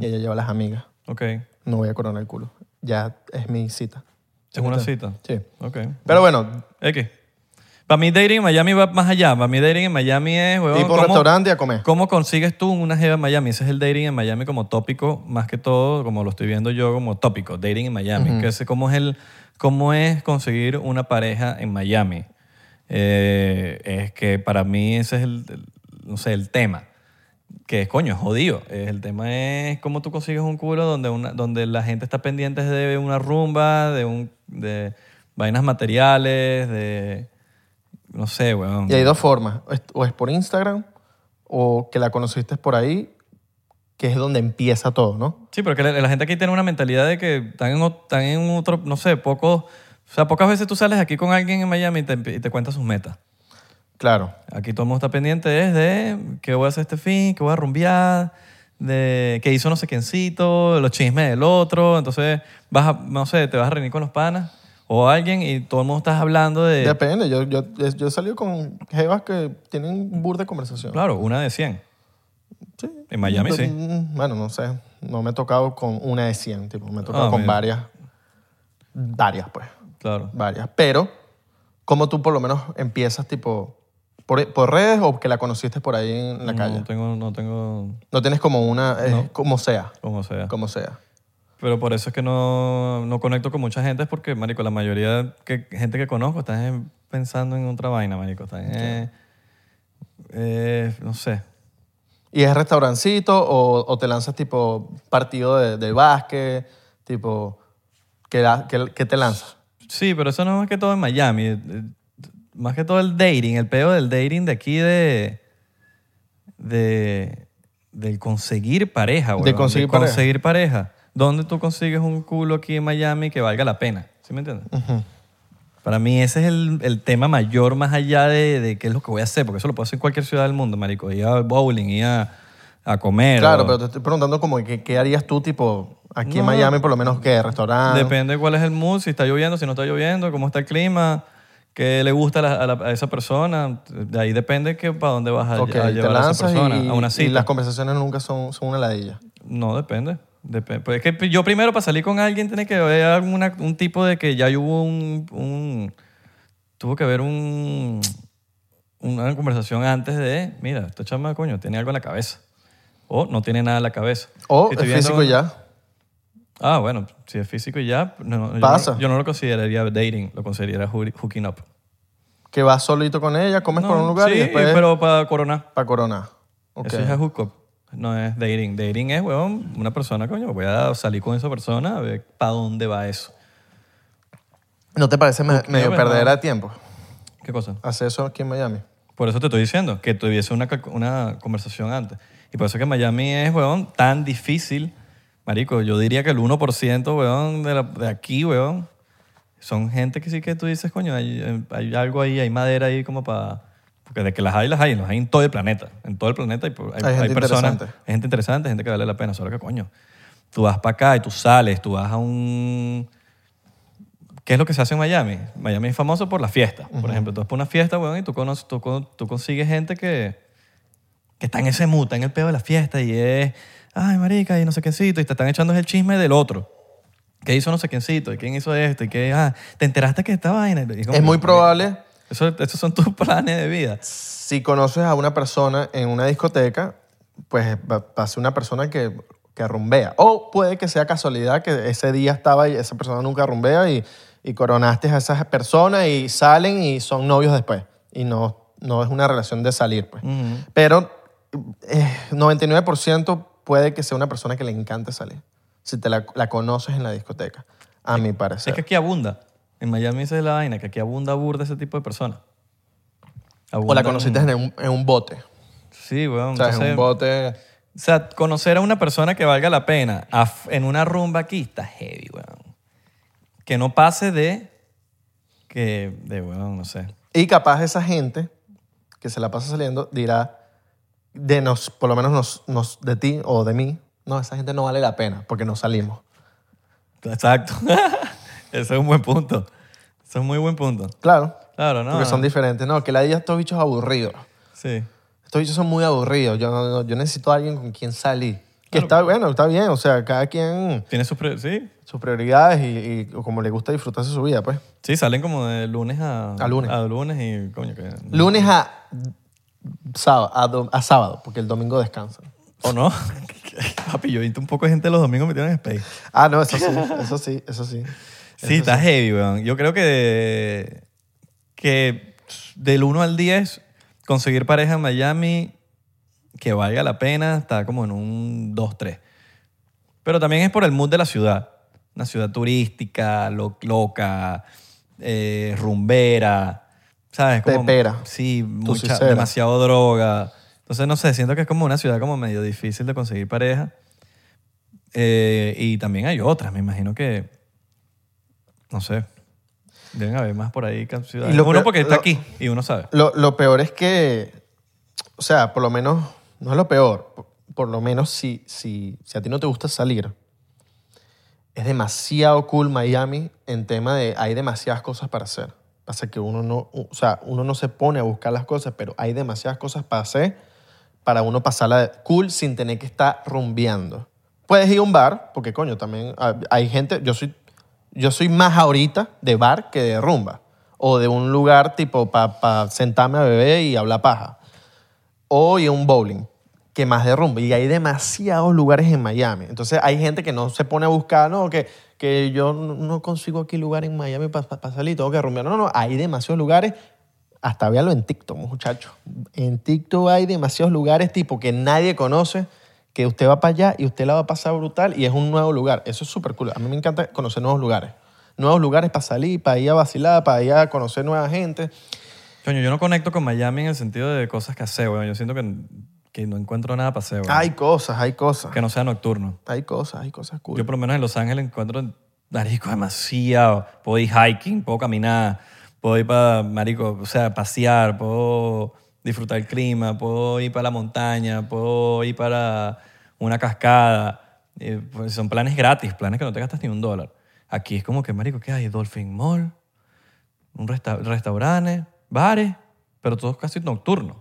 S2: Y ella lleva a las amigas.
S1: Ok.
S2: No voy a coronar el culo. Ya es mi cita.
S1: Es una cita.
S2: Sí.
S1: Ok.
S2: Pero bueno,
S1: X. Para mí dating en Miami va más allá. Para mí dating en Miami es, weón,
S2: ir por un
S1: ¿cómo-
S2: restaurante y a comer.
S1: ¿Cómo consigues tú una jeva en Miami? Ese es el dating en Miami como tópico, más que todo, como lo estoy viendo yo como tópico, dating en Miami. que es- ¿cómo, es el, ¿Cómo es conseguir una pareja en Miami? Eh, es que para mí ese es el, el- no sé, el tema. Que es, coño, es jodido. Eh, El tema es cómo tú consigues un culo donde, una, donde la gente está pendiente de una rumba, de, un, de vainas materiales, de... No sé, weón.
S2: Y hay dos formas. O es- O es por Instagram o que la conociste por ahí, que es donde empieza todo, ¿no?
S1: Sí, pero que la, la gente aquí tiene una mentalidad de que están en, ot- están en otro, no sé, poco... O sea, pocas veces tú sales aquí con alguien en Miami y te, empie- y te cuenta sus metas.
S2: Claro.
S1: Aquí todo el mundo está pendiente es de qué voy a hacer este fin, qué voy a rumbear, de qué hizo no sé quiéncito, los chismes del otro. Entonces, vas a, no sé, te vas a reunir con los panas o alguien y todo el mundo estás hablando de...
S2: Depende. Yo, yo, es- yo he salido con jevas que tienen burda de conversación.
S1: Claro, una de 100.
S2: Sí.
S1: En Miami
S2: Pero,
S1: sí.
S2: mm, Bueno, no sé. No me he tocado con una de 100, tipo. Me he tocado
S1: Ah,
S2: con
S1: mira.
S2: varias. Varias, pues.
S1: Claro.
S2: Varias. Pero, como tú por lo menos empiezas, tipo, por, por redes o que la conociste por ahí en la
S1: No
S2: calle?
S1: tengo, no tengo,
S2: No tienes como una, es como sea,
S1: como sea.
S2: como sea.
S1: Pero por eso es que no, no conecto con mucha gente, es porque, marico, la mayoría que gente que conozco están en- pensando en otra vaina, marico. Están, eh, eh, no sé.
S2: ¿Y es restaurancito o, o te lanzas tipo partido de, de básquet? Tipo, ¿qué, da- qué- qué te lanzas?
S1: Sí, pero eso no es más que todo en Miami. eh, eh, Más que todo el dating, el pedo del dating de aquí de... de del conseguir pareja,
S2: De
S1: weón,
S2: conseguir pareja.
S1: conseguir pareja. ¿Dónde tú consigues un culo aquí en Miami que valga la pena? ¿Sí me entiendes? Para mí ese es el, el tema mayor más allá de, de qué es lo que voy a hacer, porque eso lo puedo hacer en cualquier ciudad del mundo, marico. Ir a bowling, ir a, a comer.
S2: Claro,
S1: o-
S2: pero te estoy preguntando como que qué harías tú, tipo, aquí en
S1: No.
S2: Miami por lo menos, ¿qué? ¿Restaurante?
S1: Depende de cuál es el mood, si está lloviendo, si no está lloviendo, cómo está el clima, qué le gusta a, la- a la- a esa persona. De ahí depende que para dónde vas a,
S2: Ok,
S1: a
S2: te
S1: llevar a esa
S2: lanzas
S1: persona,
S2: y,
S1: a una
S2: y
S1: cita.
S2: las conversaciones nunca son, son una ladilla.
S1: No, depende. Depe- pues es que yo primero para salir con alguien tiene que haber alguna, un tipo de que ya hubo un, un- tuvo que haber un, una conversación antes de, mira, esta chama, coño, tiene algo en la cabeza. O no tiene nada en la cabeza.
S2: O
S1: Si
S2: es
S1: estoy viendo-
S2: físico y ya.
S1: Ah, bueno, si es físico y ya, no, no, yo no-
S2: Pasa.
S1: Yo no, lo consideraría dating, lo consideraría hoo- hooking up.
S2: Que vas solito con ella, comes por
S1: No,
S2: un lugar
S1: sí,
S2: y después
S1: pero para coronar.
S2: para Corona. Ok.
S1: Eso es hookup. No es dating. Dating es, weón, una persona, coño, voy a salir con esa persona a ver para dónde va eso.
S2: ¿No te parece me- medio
S1: bueno.
S2: perdedera de tiempo
S1: ¿Qué cosa?
S2: hacer eso aquí en Miami?
S1: Por eso te estoy diciendo, que tuviese una, cal- una conversación antes. Y por eso que Miami es, weón, tan difícil. Marico, yo diría que el 1%, weón, de, la- de aquí, weón, son gente que sí que tú dices, coño, hay, eh, hay algo ahí, hay madera ahí como para... Porque de que las hay, las hay, las hay en todo el planeta. En todo el planeta hay, hay,
S2: Hay gente
S1: hay personas...
S2: interesante.
S1: Hay gente interesante, gente que vale la pena. Solo que, coño, tú vas para acá y tú sales, tú vas a un... ¿Qué es lo que se hace en Miami? Miami es famoso por las fiestas. Por ejemplo, tú vas por una fiesta, weón, y tú, conoces, tú, con- tú consigues gente que, que está en ese mood, está en el pedo de la fiesta y es, ay, marica, y no sé quiéncito, y te están echando el chisme del otro. ¿Qué hizo no sé quiéncito? ¿Y quién hizo esto? ¿Y qué? Ah, ¿te enteraste que esta vaina? Y como
S2: Es muy
S1: que,
S2: probable,
S1: Eso, esos son tus <laughs> planes de vida.
S2: si conoces a una persona en una discoteca, pues va, va a ser una persona que, que rumbea. O puede que sea casualidad que ese día estaba y esa persona nunca rumbea y, y coronaste a esas personas y salen y son novios después. Y no, no es una relación de salir,
S1: Mm.
S2: pues. Pero eh, 99% puede que sea una persona que le encante salir, si te la, la conoces en la discoteca, a mi parecer.
S1: Es que aquí abunda. En Miami esa es la vaina, que aquí abunda burda ese tipo de personas.
S2: o la
S1: Abundan-
S2: conociste en un, en un bote.
S1: Sí, weón.
S2: O sea, en
S1: entonces-
S2: un bote
S1: O sea, conocer a una persona que valga la pena af- en una rumba aquí está heavy, weón. Que no pase de. Que. De, weón, no sé.
S2: Y capaz esa gente que se la pasa saliendo dirá, de nos, por lo menos nos, nos- de ti o de mí, no, esa gente no vale la pena porque no salimos.
S1: Exacto. <laughs> Ese es un buen punto. Ese es un muy buen punto.
S2: Claro,
S1: Claro, ¿no?
S2: porque son diferentes. No, que la de ellas, estos bichos aburridos.
S1: Sí.
S2: Estos bichos son muy aburridos. Yo, no- no- yo necesito a alguien con quien salir. Que está bueno, está bien. O sea, cada quien
S1: Tiene sus. pre- Sí.
S2: sus prioridades y, y como le gusta disfrutarse su vida, pues.
S1: Sí, salen como de lunes a.
S2: A lunes.
S1: A lunes y. Coño, que.
S2: Lunes a, sábado, a, dom- a sábado, porque el domingo descansan.
S1: ¿O no? <laughs> Papi, yo vi un poco de gente los domingos metidos en Space.
S2: Ah, no, eso sí, <laughs> eso sí, eso sí.
S1: Sí, está heavy, weón. Yo creo que, que del 1 al 10, conseguir pareja en Miami que valga la pena está como en un 2, 3. Pero también es por el mood de la ciudad. Una ciudad turística, lo- loca, eh, rumbera, ¿sabes? Como,
S2: Pepera.
S1: Sí, mucha,
S2: Tucicera.
S1: demasiado droga. Entonces, no sé, siento que es como una ciudad como medio difícil de conseguir pareja. Eh, y también hay otras, me imagino que, no sé, deben haber más por ahí que ciudades.
S2: Y lo
S1: uno
S2: peor-
S1: porque está
S2: lo-
S1: aquí y uno sabe.
S2: Lo, lo peor es que, o sea, por lo menos, no es lo peor, por, por lo menos si, si, si a ti no te gusta salir, es demasiado cool Miami en tema de hay demasiadas cosas para hacer. Pasa que uno no, o sea, uno no se pone a buscar las cosas, pero hay demasiadas cosas para hacer para uno pasarla de- cool sin tener que estar rumbeando. Puedes ir a un bar, porque coño, también ah, hay gente, yo soy, yo soy más ahorita de bar que de rumba, o de un lugar tipo para sentarme a beber y hablar paja, o ir a un bowling, que más de rumba. Y hay demasiados lugares en Miami. Entonces hay gente que no se pone a buscar, no, que, que yo no- no consigo aquí lugar en Miami para salir, tengo que rumbear. No, no, no, hay demasiados lugares. Hasta véalo en TikTok, muchachos. En TikTok hay demasiados lugares tipo que nadie conoce, que usted va para allá y usted la va a pasar brutal y es un nuevo lugar. Eso es súper cool. A mí me encanta conocer nuevos lugares. Nuevos lugares para salir, para ir a vacilar, para ir a conocer nueva gente.
S1: Coño, yo no conecto con Miami en el sentido de cosas que hace, weón. Yo siento que, que no encuentro nada para hacer, weón.
S2: Hay cosas, hay cosas.
S1: Que no sea nocturno.
S2: Hay cosas, hay cosas cool.
S1: Yo por lo menos en Los Ángeles encuentro, marico, demasiado. Puedo ir hiking, puedo caminar, puedo ir para, marico, o sea, pasear, puedo disfrutar el clima, puedo ir para la montaña, puedo ir para una cascada. Eh, pues son planes gratis, planes que no te gastas ni un dólar. Aquí es como que, marico, ¿qué hay? Dolphin Mall, un resta- restaurantes, bares, pero todos casi nocturnos.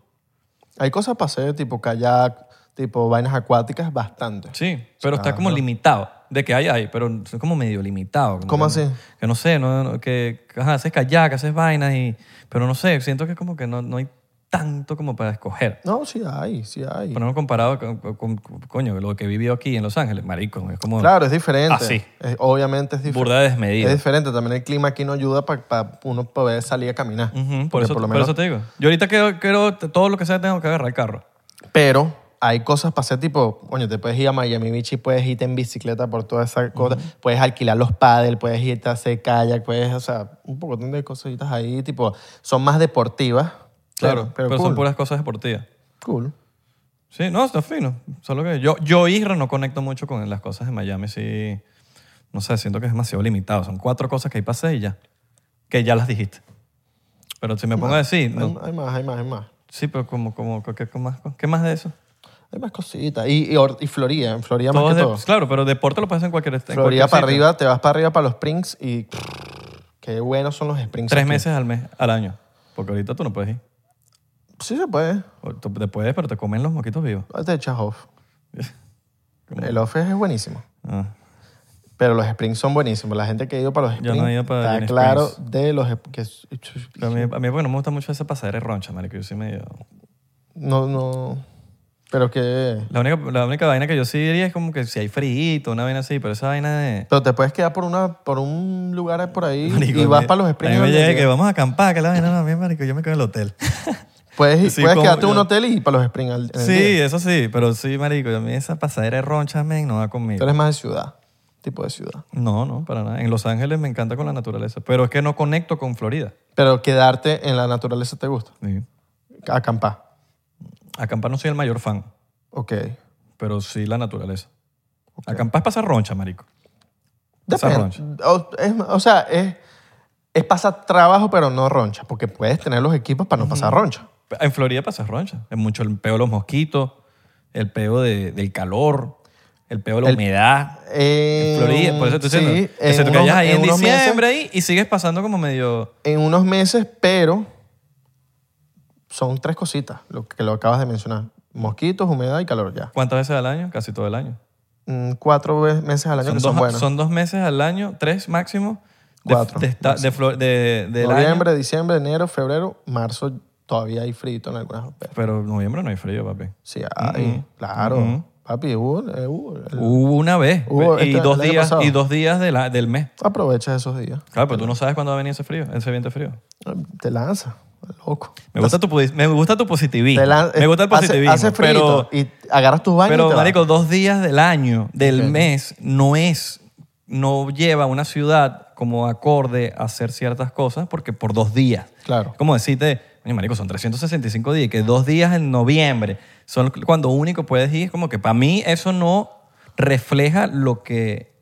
S2: Hay cosas para hacer, tipo kayak, tipo vainas acuáticas, bastante.
S1: Sí, pero está como limitado. De que hay, hay, pero es como medio limitado. como
S2: ¿Cómo
S1: que no-
S2: así?
S1: Que no sé, no, no- que ajá, haces kayak, haces vainas, y, pero no sé, siento que como que no, no hay tanto como para escoger.
S2: No, sí hay, sí hay.
S1: Por ejemplo, comparado con, con- con- coño, lo que he vivido aquí en Los Ángeles, marico, es como
S2: Claro, es diferente.
S1: Ah, sí.
S2: Es- obviamente es diferente.
S1: burda desmedida.
S2: Es diferente, también el clima aquí no ayuda para uno poder salir a caminar.
S1: Ujú, por,
S2: Porque
S1: eso,
S2: por lo
S1: por
S2: menos-
S1: eso te digo. Yo ahorita quiero, quiero t- todo lo que sea tengo que agarrar el carro.
S2: Pero hay cosas para hacer, tipo, coño, te puedes ir a Miami Beach y puedes irte en bicicleta por toda esa cosa, puedes alquilar los paddles, puedes irte a hacer kayak, puedes, o sea, un pocotón de cositas ahí, tipo, son más deportivas.
S1: Claro, pero,
S2: pero, cool.
S1: son puras cosas deportivas.
S2: cool.
S1: Sí, no, está fino. Solo que yo, yo Isra, no conecto mucho con las cosas de Miami. Sí, no sé, siento que es demasiado limitado. Son cuatro cosas que hay para hacer y ya. Que ya las dijiste. Pero si me pongo a decir, no.
S2: Hay- hay más, hay más, hay más.
S1: sí, pero como, como, ¿qué, qué más, ¿qué más de eso?
S2: Hay más cositas. Y, y, or- y Florida, en Florida
S1: Todo
S2: más
S1: es
S2: que
S1: de-
S2: todo.
S1: claro, pero deporte lo puedes hacer en cualquier en
S2: Florida
S1: cualquier
S2: para
S1: sitio.
S2: arriba, te vas para arriba para los Springs y qué buenos son los Springs.
S1: Tres
S2: aquí.
S1: meses al mes, al año. Porque ahorita tú no puedes ir.
S2: Sí se puede.
S1: O tú te puedes, pero te comen los moquitos vivos.
S2: Te echas
S1: <laughs>
S2: off.
S1: Como-
S2: El off es buenísimo.
S1: Ah.
S2: Pero los Springs son buenísimos. La gente que ha ido para los
S1: Yo no he
S2: Springs
S1: ido para
S2: está
S1: Disney
S2: claro
S1: Springs.
S2: de los es- que es-
S1: Pero a, mí, a mí porque no me gusta mucho esa pasadera de roncha, marico. Yo sí medio...
S2: no no pero que
S1: La única, la única vaina que yo sí diría es como que si hay frío, una vaina así, pero esa vaina de...
S2: pero te puedes quedar por una por un lugar por ahí
S1: <laughs> Marico,
S2: y vas
S1: me-
S2: para los
S1: A
S2: Springs.
S1: mí me
S2: donde
S1: llega que
S2: llegues.
S1: vamos a acampar, que la vaina no, a mí, marico, yo me quedo en el hotel.
S2: Puedes,
S1: Sí,
S2: puedes
S1: como
S2: quedarte en un
S1: yo-
S2: hotel y ir para los Springs. al- en el día.
S1: sí, eso sí, pero sí, marico, a mí esa pasadera de roncha, men, no va
S2: Tú
S1: conmigo.
S2: eres más de ciudad, tipo de ciudad.
S1: No, no, para nada. En Los Ángeles me encanta con la naturaleza, pero es que no conecto con Florida.
S2: Pero quedarte en la naturaleza te gusta.
S1: Sí.
S2: Acampar.
S1: Acampar no soy el mayor fan,
S2: Ok.
S1: pero sí la naturaleza. Acampar es pasar roncha, marico. Esa
S2: Depende. O, es- o sea, es, es pasar trabajo, pero no roncha, porque puedes tener los equipos para no pasar roncha.
S1: En Florida pasas roncha. Es mucho el peo de los mosquitos, el peo de- del calor, el peo de la
S2: El-
S1: humedad.
S2: En
S1: En Florida, por eso te estoy
S2: Eh, sí,
S1: diciendo.
S2: en
S1: Excepto que
S2: unos-
S1: hayas ahí en,
S2: unos meses-
S1: diciembre ahí y sigues pasando como medio...
S2: en unos meses, pero son tres cositas lo que lo acabas de mencionar. Mosquitos, humedad y calor ya.
S1: ¿Cuántas veces al año? Casi todo el año.
S2: Mm, Cuatro ve- meses al año
S1: Son
S2: que
S1: dos,
S2: son buenos.
S1: son dos meses al año, tres máximo. De,
S2: Cuatro
S1: De, esta- de, flor- de- del año.
S2: Noviembre, diciembre, enero, febrero, marzo, todavía hay frito en algunas hospederas.
S1: Pero en noviembre no hay frío, papi.
S2: Sí, hay, claro. Papi, hubo, eh, hubo- el-
S1: Hubo una vez
S2: Hubo
S1: y,
S2: este-
S1: dos
S2: el año
S1: días,
S2: pasado.
S1: y dos días de la- del mes.
S2: aprovecha esos días.
S1: Claro, pero tú no sabes cuándo va a venir ese frío, ese viento frío.
S2: Te lanza, loco.
S1: Me gusta tu, posi- me gusta tu positivismo.
S2: Te lan-
S1: me gusta el
S2: hace-
S1: positivismo.
S2: Hace,
S1: pero,
S2: frito y agarras tus baños y
S1: pero
S2: te vas.
S1: marico, dos días del año, del mes, no es, no lleva una ciudad como acorde a hacer ciertas cosas porque por dos días.
S2: Claro.
S1: Como decirte, "Oye, marico, son 365 días, que dos días en noviembre son cuando único puedes ir. Como que para mí eso no refleja lo que,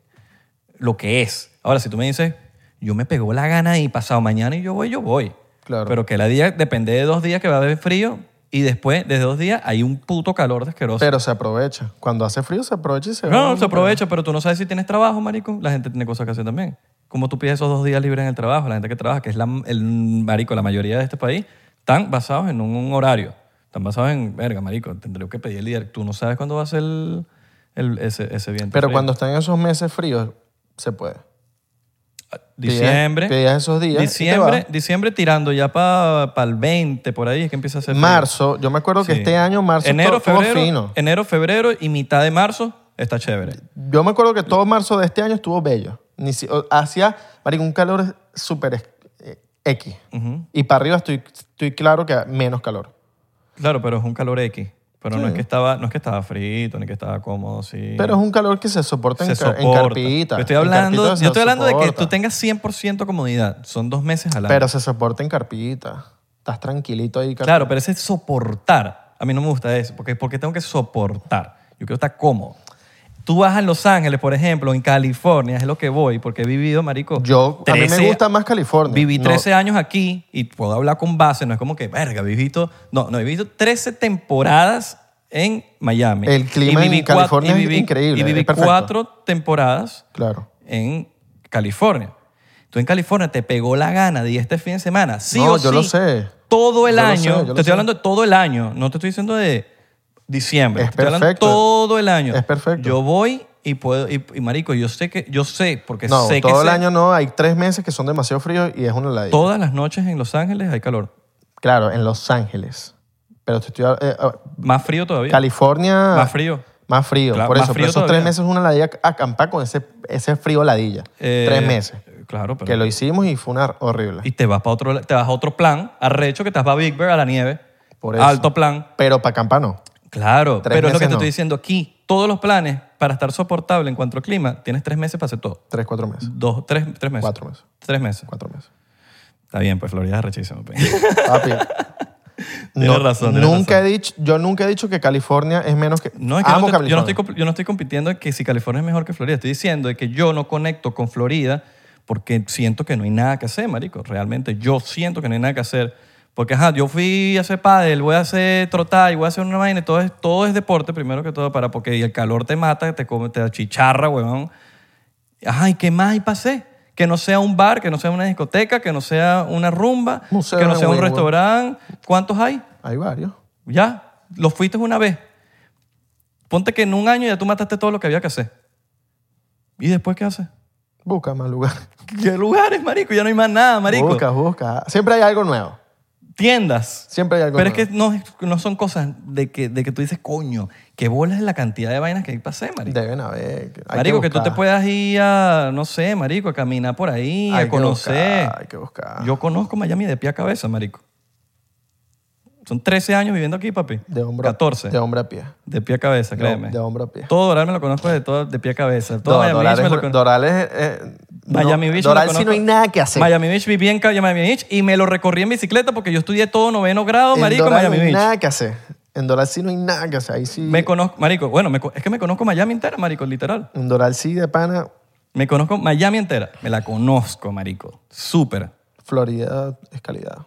S1: lo que es. Ahora, si tú me dices, yo me pegó la gana y pasado mañana y yo voy, yo voy.
S2: Claro.
S1: Pero que la día depende de dos días que va a haber frío y después de dos días hay un puto calor de asqueroso.
S2: Pero se aprovecha. Cuando hace frío se aprovecha y se va.
S1: no, no, se aprovecha, pero tú no sabes si tienes trabajo, marico. La gente tiene cosas que hacer también. ¿Cómo tú pides esos dos días libres en el trabajo? La gente que trabaja, que es la, el marico, la mayoría de este país, están basados en un, horario. Están basados en, verga, marico, tendré que pedir el día. Tú no sabes cuándo va a ser el, el- ese, ese viento.
S2: Pero
S1: frío.
S2: cuando están esos meses fríos, se puede.
S1: Diciembre.
S2: Te das esos días y te
S1: Diciembre,
S2: vas.
S1: diciembre tirando ya para el 20, por ahí es que empieza a hacer frío.
S2: Marzo, yo me acuerdo que
S1: Sí.
S2: este año marzo
S1: enero,
S2: todo, todo
S1: febrero,
S2: fino.
S1: Enero, febrero y mitad de marzo está chévere.
S2: Yo me acuerdo que todo marzo de este año estuvo bello. Ni si- o- hacía, marico, un calor súper ex- eh, X. Y para arriba estoy, estoy claro que menos calor.
S1: Claro, pero es un calor X. Pero no es que estaba, no es que estaba frito, ni que estaba cómodo, sí.
S2: Pero es un calor que se soporta
S1: se
S2: en, ca-
S1: soporta.
S2: en carpita.
S1: Yo estoy
S2: En
S1: hablando,
S2: carpita se
S1: yo estoy hablando de que
S2: soporta.
S1: tú tengas 100% comodidad. Son dos meses al año.
S2: Pero se soporta en carpita. Estás tranquilito ahí. carpita.
S1: claro, pero ese soportar, a mí no me gusta eso, porque, porque tengo que soportar. Yo quiero estar cómodo. Tú vas a Los Ángeles, por ejemplo, en California, es lo que voy, porque he vivido, marico.
S2: Yo, a mí
S1: 13
S2: me gusta más California.
S1: Viví
S2: No,
S1: 13 años aquí y puedo hablar con base, no es como que, verga, viví to- No, no, he vivido 13 temporadas en Miami.
S2: El clima
S1: Y viví
S2: en California
S1: cuat-
S2: es increíble,
S1: Y viví
S2: es perfecto.
S1: cuatro temporadas
S2: Claro.
S1: en California. Tú en California te pegó la gana de este fin de semana. Sí
S2: No,
S1: o
S2: yo
S1: sí,
S2: lo sé.
S1: Todo el
S2: Yo lo sé,
S1: año.
S2: yo lo
S1: te estoy
S2: sé.
S1: hablando de todo el año. No te estoy diciendo de diciembre.
S2: Es
S1: te estoy hablando
S2: perfecto.
S1: todo el año.
S2: Es perfecto.
S1: Yo voy y puedo. Y, y, marico, yo sé que. Yo sé, porque
S2: No,
S1: sé que.
S2: todo el
S1: sé-
S2: año no. Hay tres meses que son demasiado fríos y es una heladilla.
S1: Todas las noches en Los Ángeles hay calor.
S2: Claro, en Los Ángeles. Pero te estoy... eh, eh,
S1: Más frío todavía.
S2: California...
S1: Más frío.
S2: Más frío.
S1: Claro,
S2: por
S1: más
S2: eso, por
S1: frío
S2: esos
S1: todavía.
S2: tres meses es una ladilla acampar con ese, ese frío ladilla.
S1: Eh,
S2: tres meses.
S1: Claro, pero.
S2: Que lo hicimos y fue una horrible.
S1: Y te vas para otro, te vas a otro plan, arrecho, que te vas para Big Bear a la nieve.
S2: Por eso.
S1: Alto plan.
S2: Pero para acampar no.
S1: Claro,
S2: Tres
S1: pero es lo que
S2: meses
S1: te
S2: no.
S1: estoy diciendo aquí. Todos los planes para estar soportable en cuanto al clima, tienes tres meses para hacer todo.
S2: Tres, cuatro meses.
S1: Dos, tres, tres meses.
S2: Cuatro meses.
S1: Tres meses.
S2: Cuatro meses.
S1: Está bien, pues Florida es rechísimo.
S2: Papi.
S1: <laughs> Tienes razón, tienes
S2: nunca he dicho, yo nunca he dicho que California es menos que.
S1: No, es que
S2: Amo
S1: yo, no te- yo no estoy,
S2: California.
S1: comp- yo no estoy compitiendo en que si California es mejor que Florida. Estoy diciendo de que yo no conecto con Florida porque siento que no hay nada que hacer, marico. Realmente yo siento que no hay nada que hacer. Porque, ajá, yo fui a hacer pádel, voy a hacer trotar y voy a hacer una vaina. y Todo es, todo es deporte, primero que todo, para porque el calor te mata, te, come, te achicharra, huevón. Ajá, ¿y qué más y pasé? Que no sea un bar, que no sea una discoteca, que no sea una rumba,
S2: Museo
S1: que no
S2: en
S1: sea un
S2: Wynwood.
S1: restaurante. ¿Cuántos hay?
S2: Hay varios.
S1: Ya, lo fuiste una vez. Ponte que en un año ya tú mataste todo lo que había que hacer. ¿Y después qué haces?
S2: Busca más lugar.
S1: ¿Qué lugares, marico? Ya no hay más nada, <laughs> marico.
S2: Busca, busca. Siempre hay algo nuevo.
S1: Tiendas.
S2: Siempre hay algo
S1: Pero es
S2: nuevo.
S1: que no, no son cosas de que, de que tú dices, coño, que bolas la cantidad de vainas que hay para hacer, marico.
S2: Deben haber. hay
S1: marico, que, tú te
S2: buscar.
S1: puedas ir a, no sé, marico, a caminar por ahí,
S2: Hay
S1: a
S2: que
S1: conocer.
S2: buscar, hay que buscar.
S1: Yo conozco Miami de pie a cabeza, marico. Son 13 años viviendo aquí, papi.
S2: de hombro,
S1: 14.
S2: De hombre a pie.
S1: De pie a cabeza,
S2: De,
S1: créeme.
S2: de hombre a pie.
S1: Todo Doral me lo conozco de, todo, de pie a cabeza. Todo
S2: Do-
S1: Miami
S2: Doral
S1: Beach me
S2: es-
S1: lo conozco.
S2: Doral es, eh, no,
S1: Miami Beach me
S2: Doral
S1: lo
S2: sí
S1: conozco.
S2: no hay nada que hacer.
S1: Miami Beach viví en calle Miami Beach y me lo recorrí en bicicleta porque yo estudié todo noveno grado,
S2: En
S1: marico, en
S2: Doral
S1: Miami
S2: no hay
S1: Beach.
S2: nada que hacer. En Doral sí no hay nada que hacer. Ahí sí.
S1: Me conozco, marico, bueno, me co- es que me conozco Miami entera, marico, literal.
S2: En Doral sí de pana.
S1: Me conozco Miami entera. Me la conozco, marico. Súper.
S2: Florida es calidad.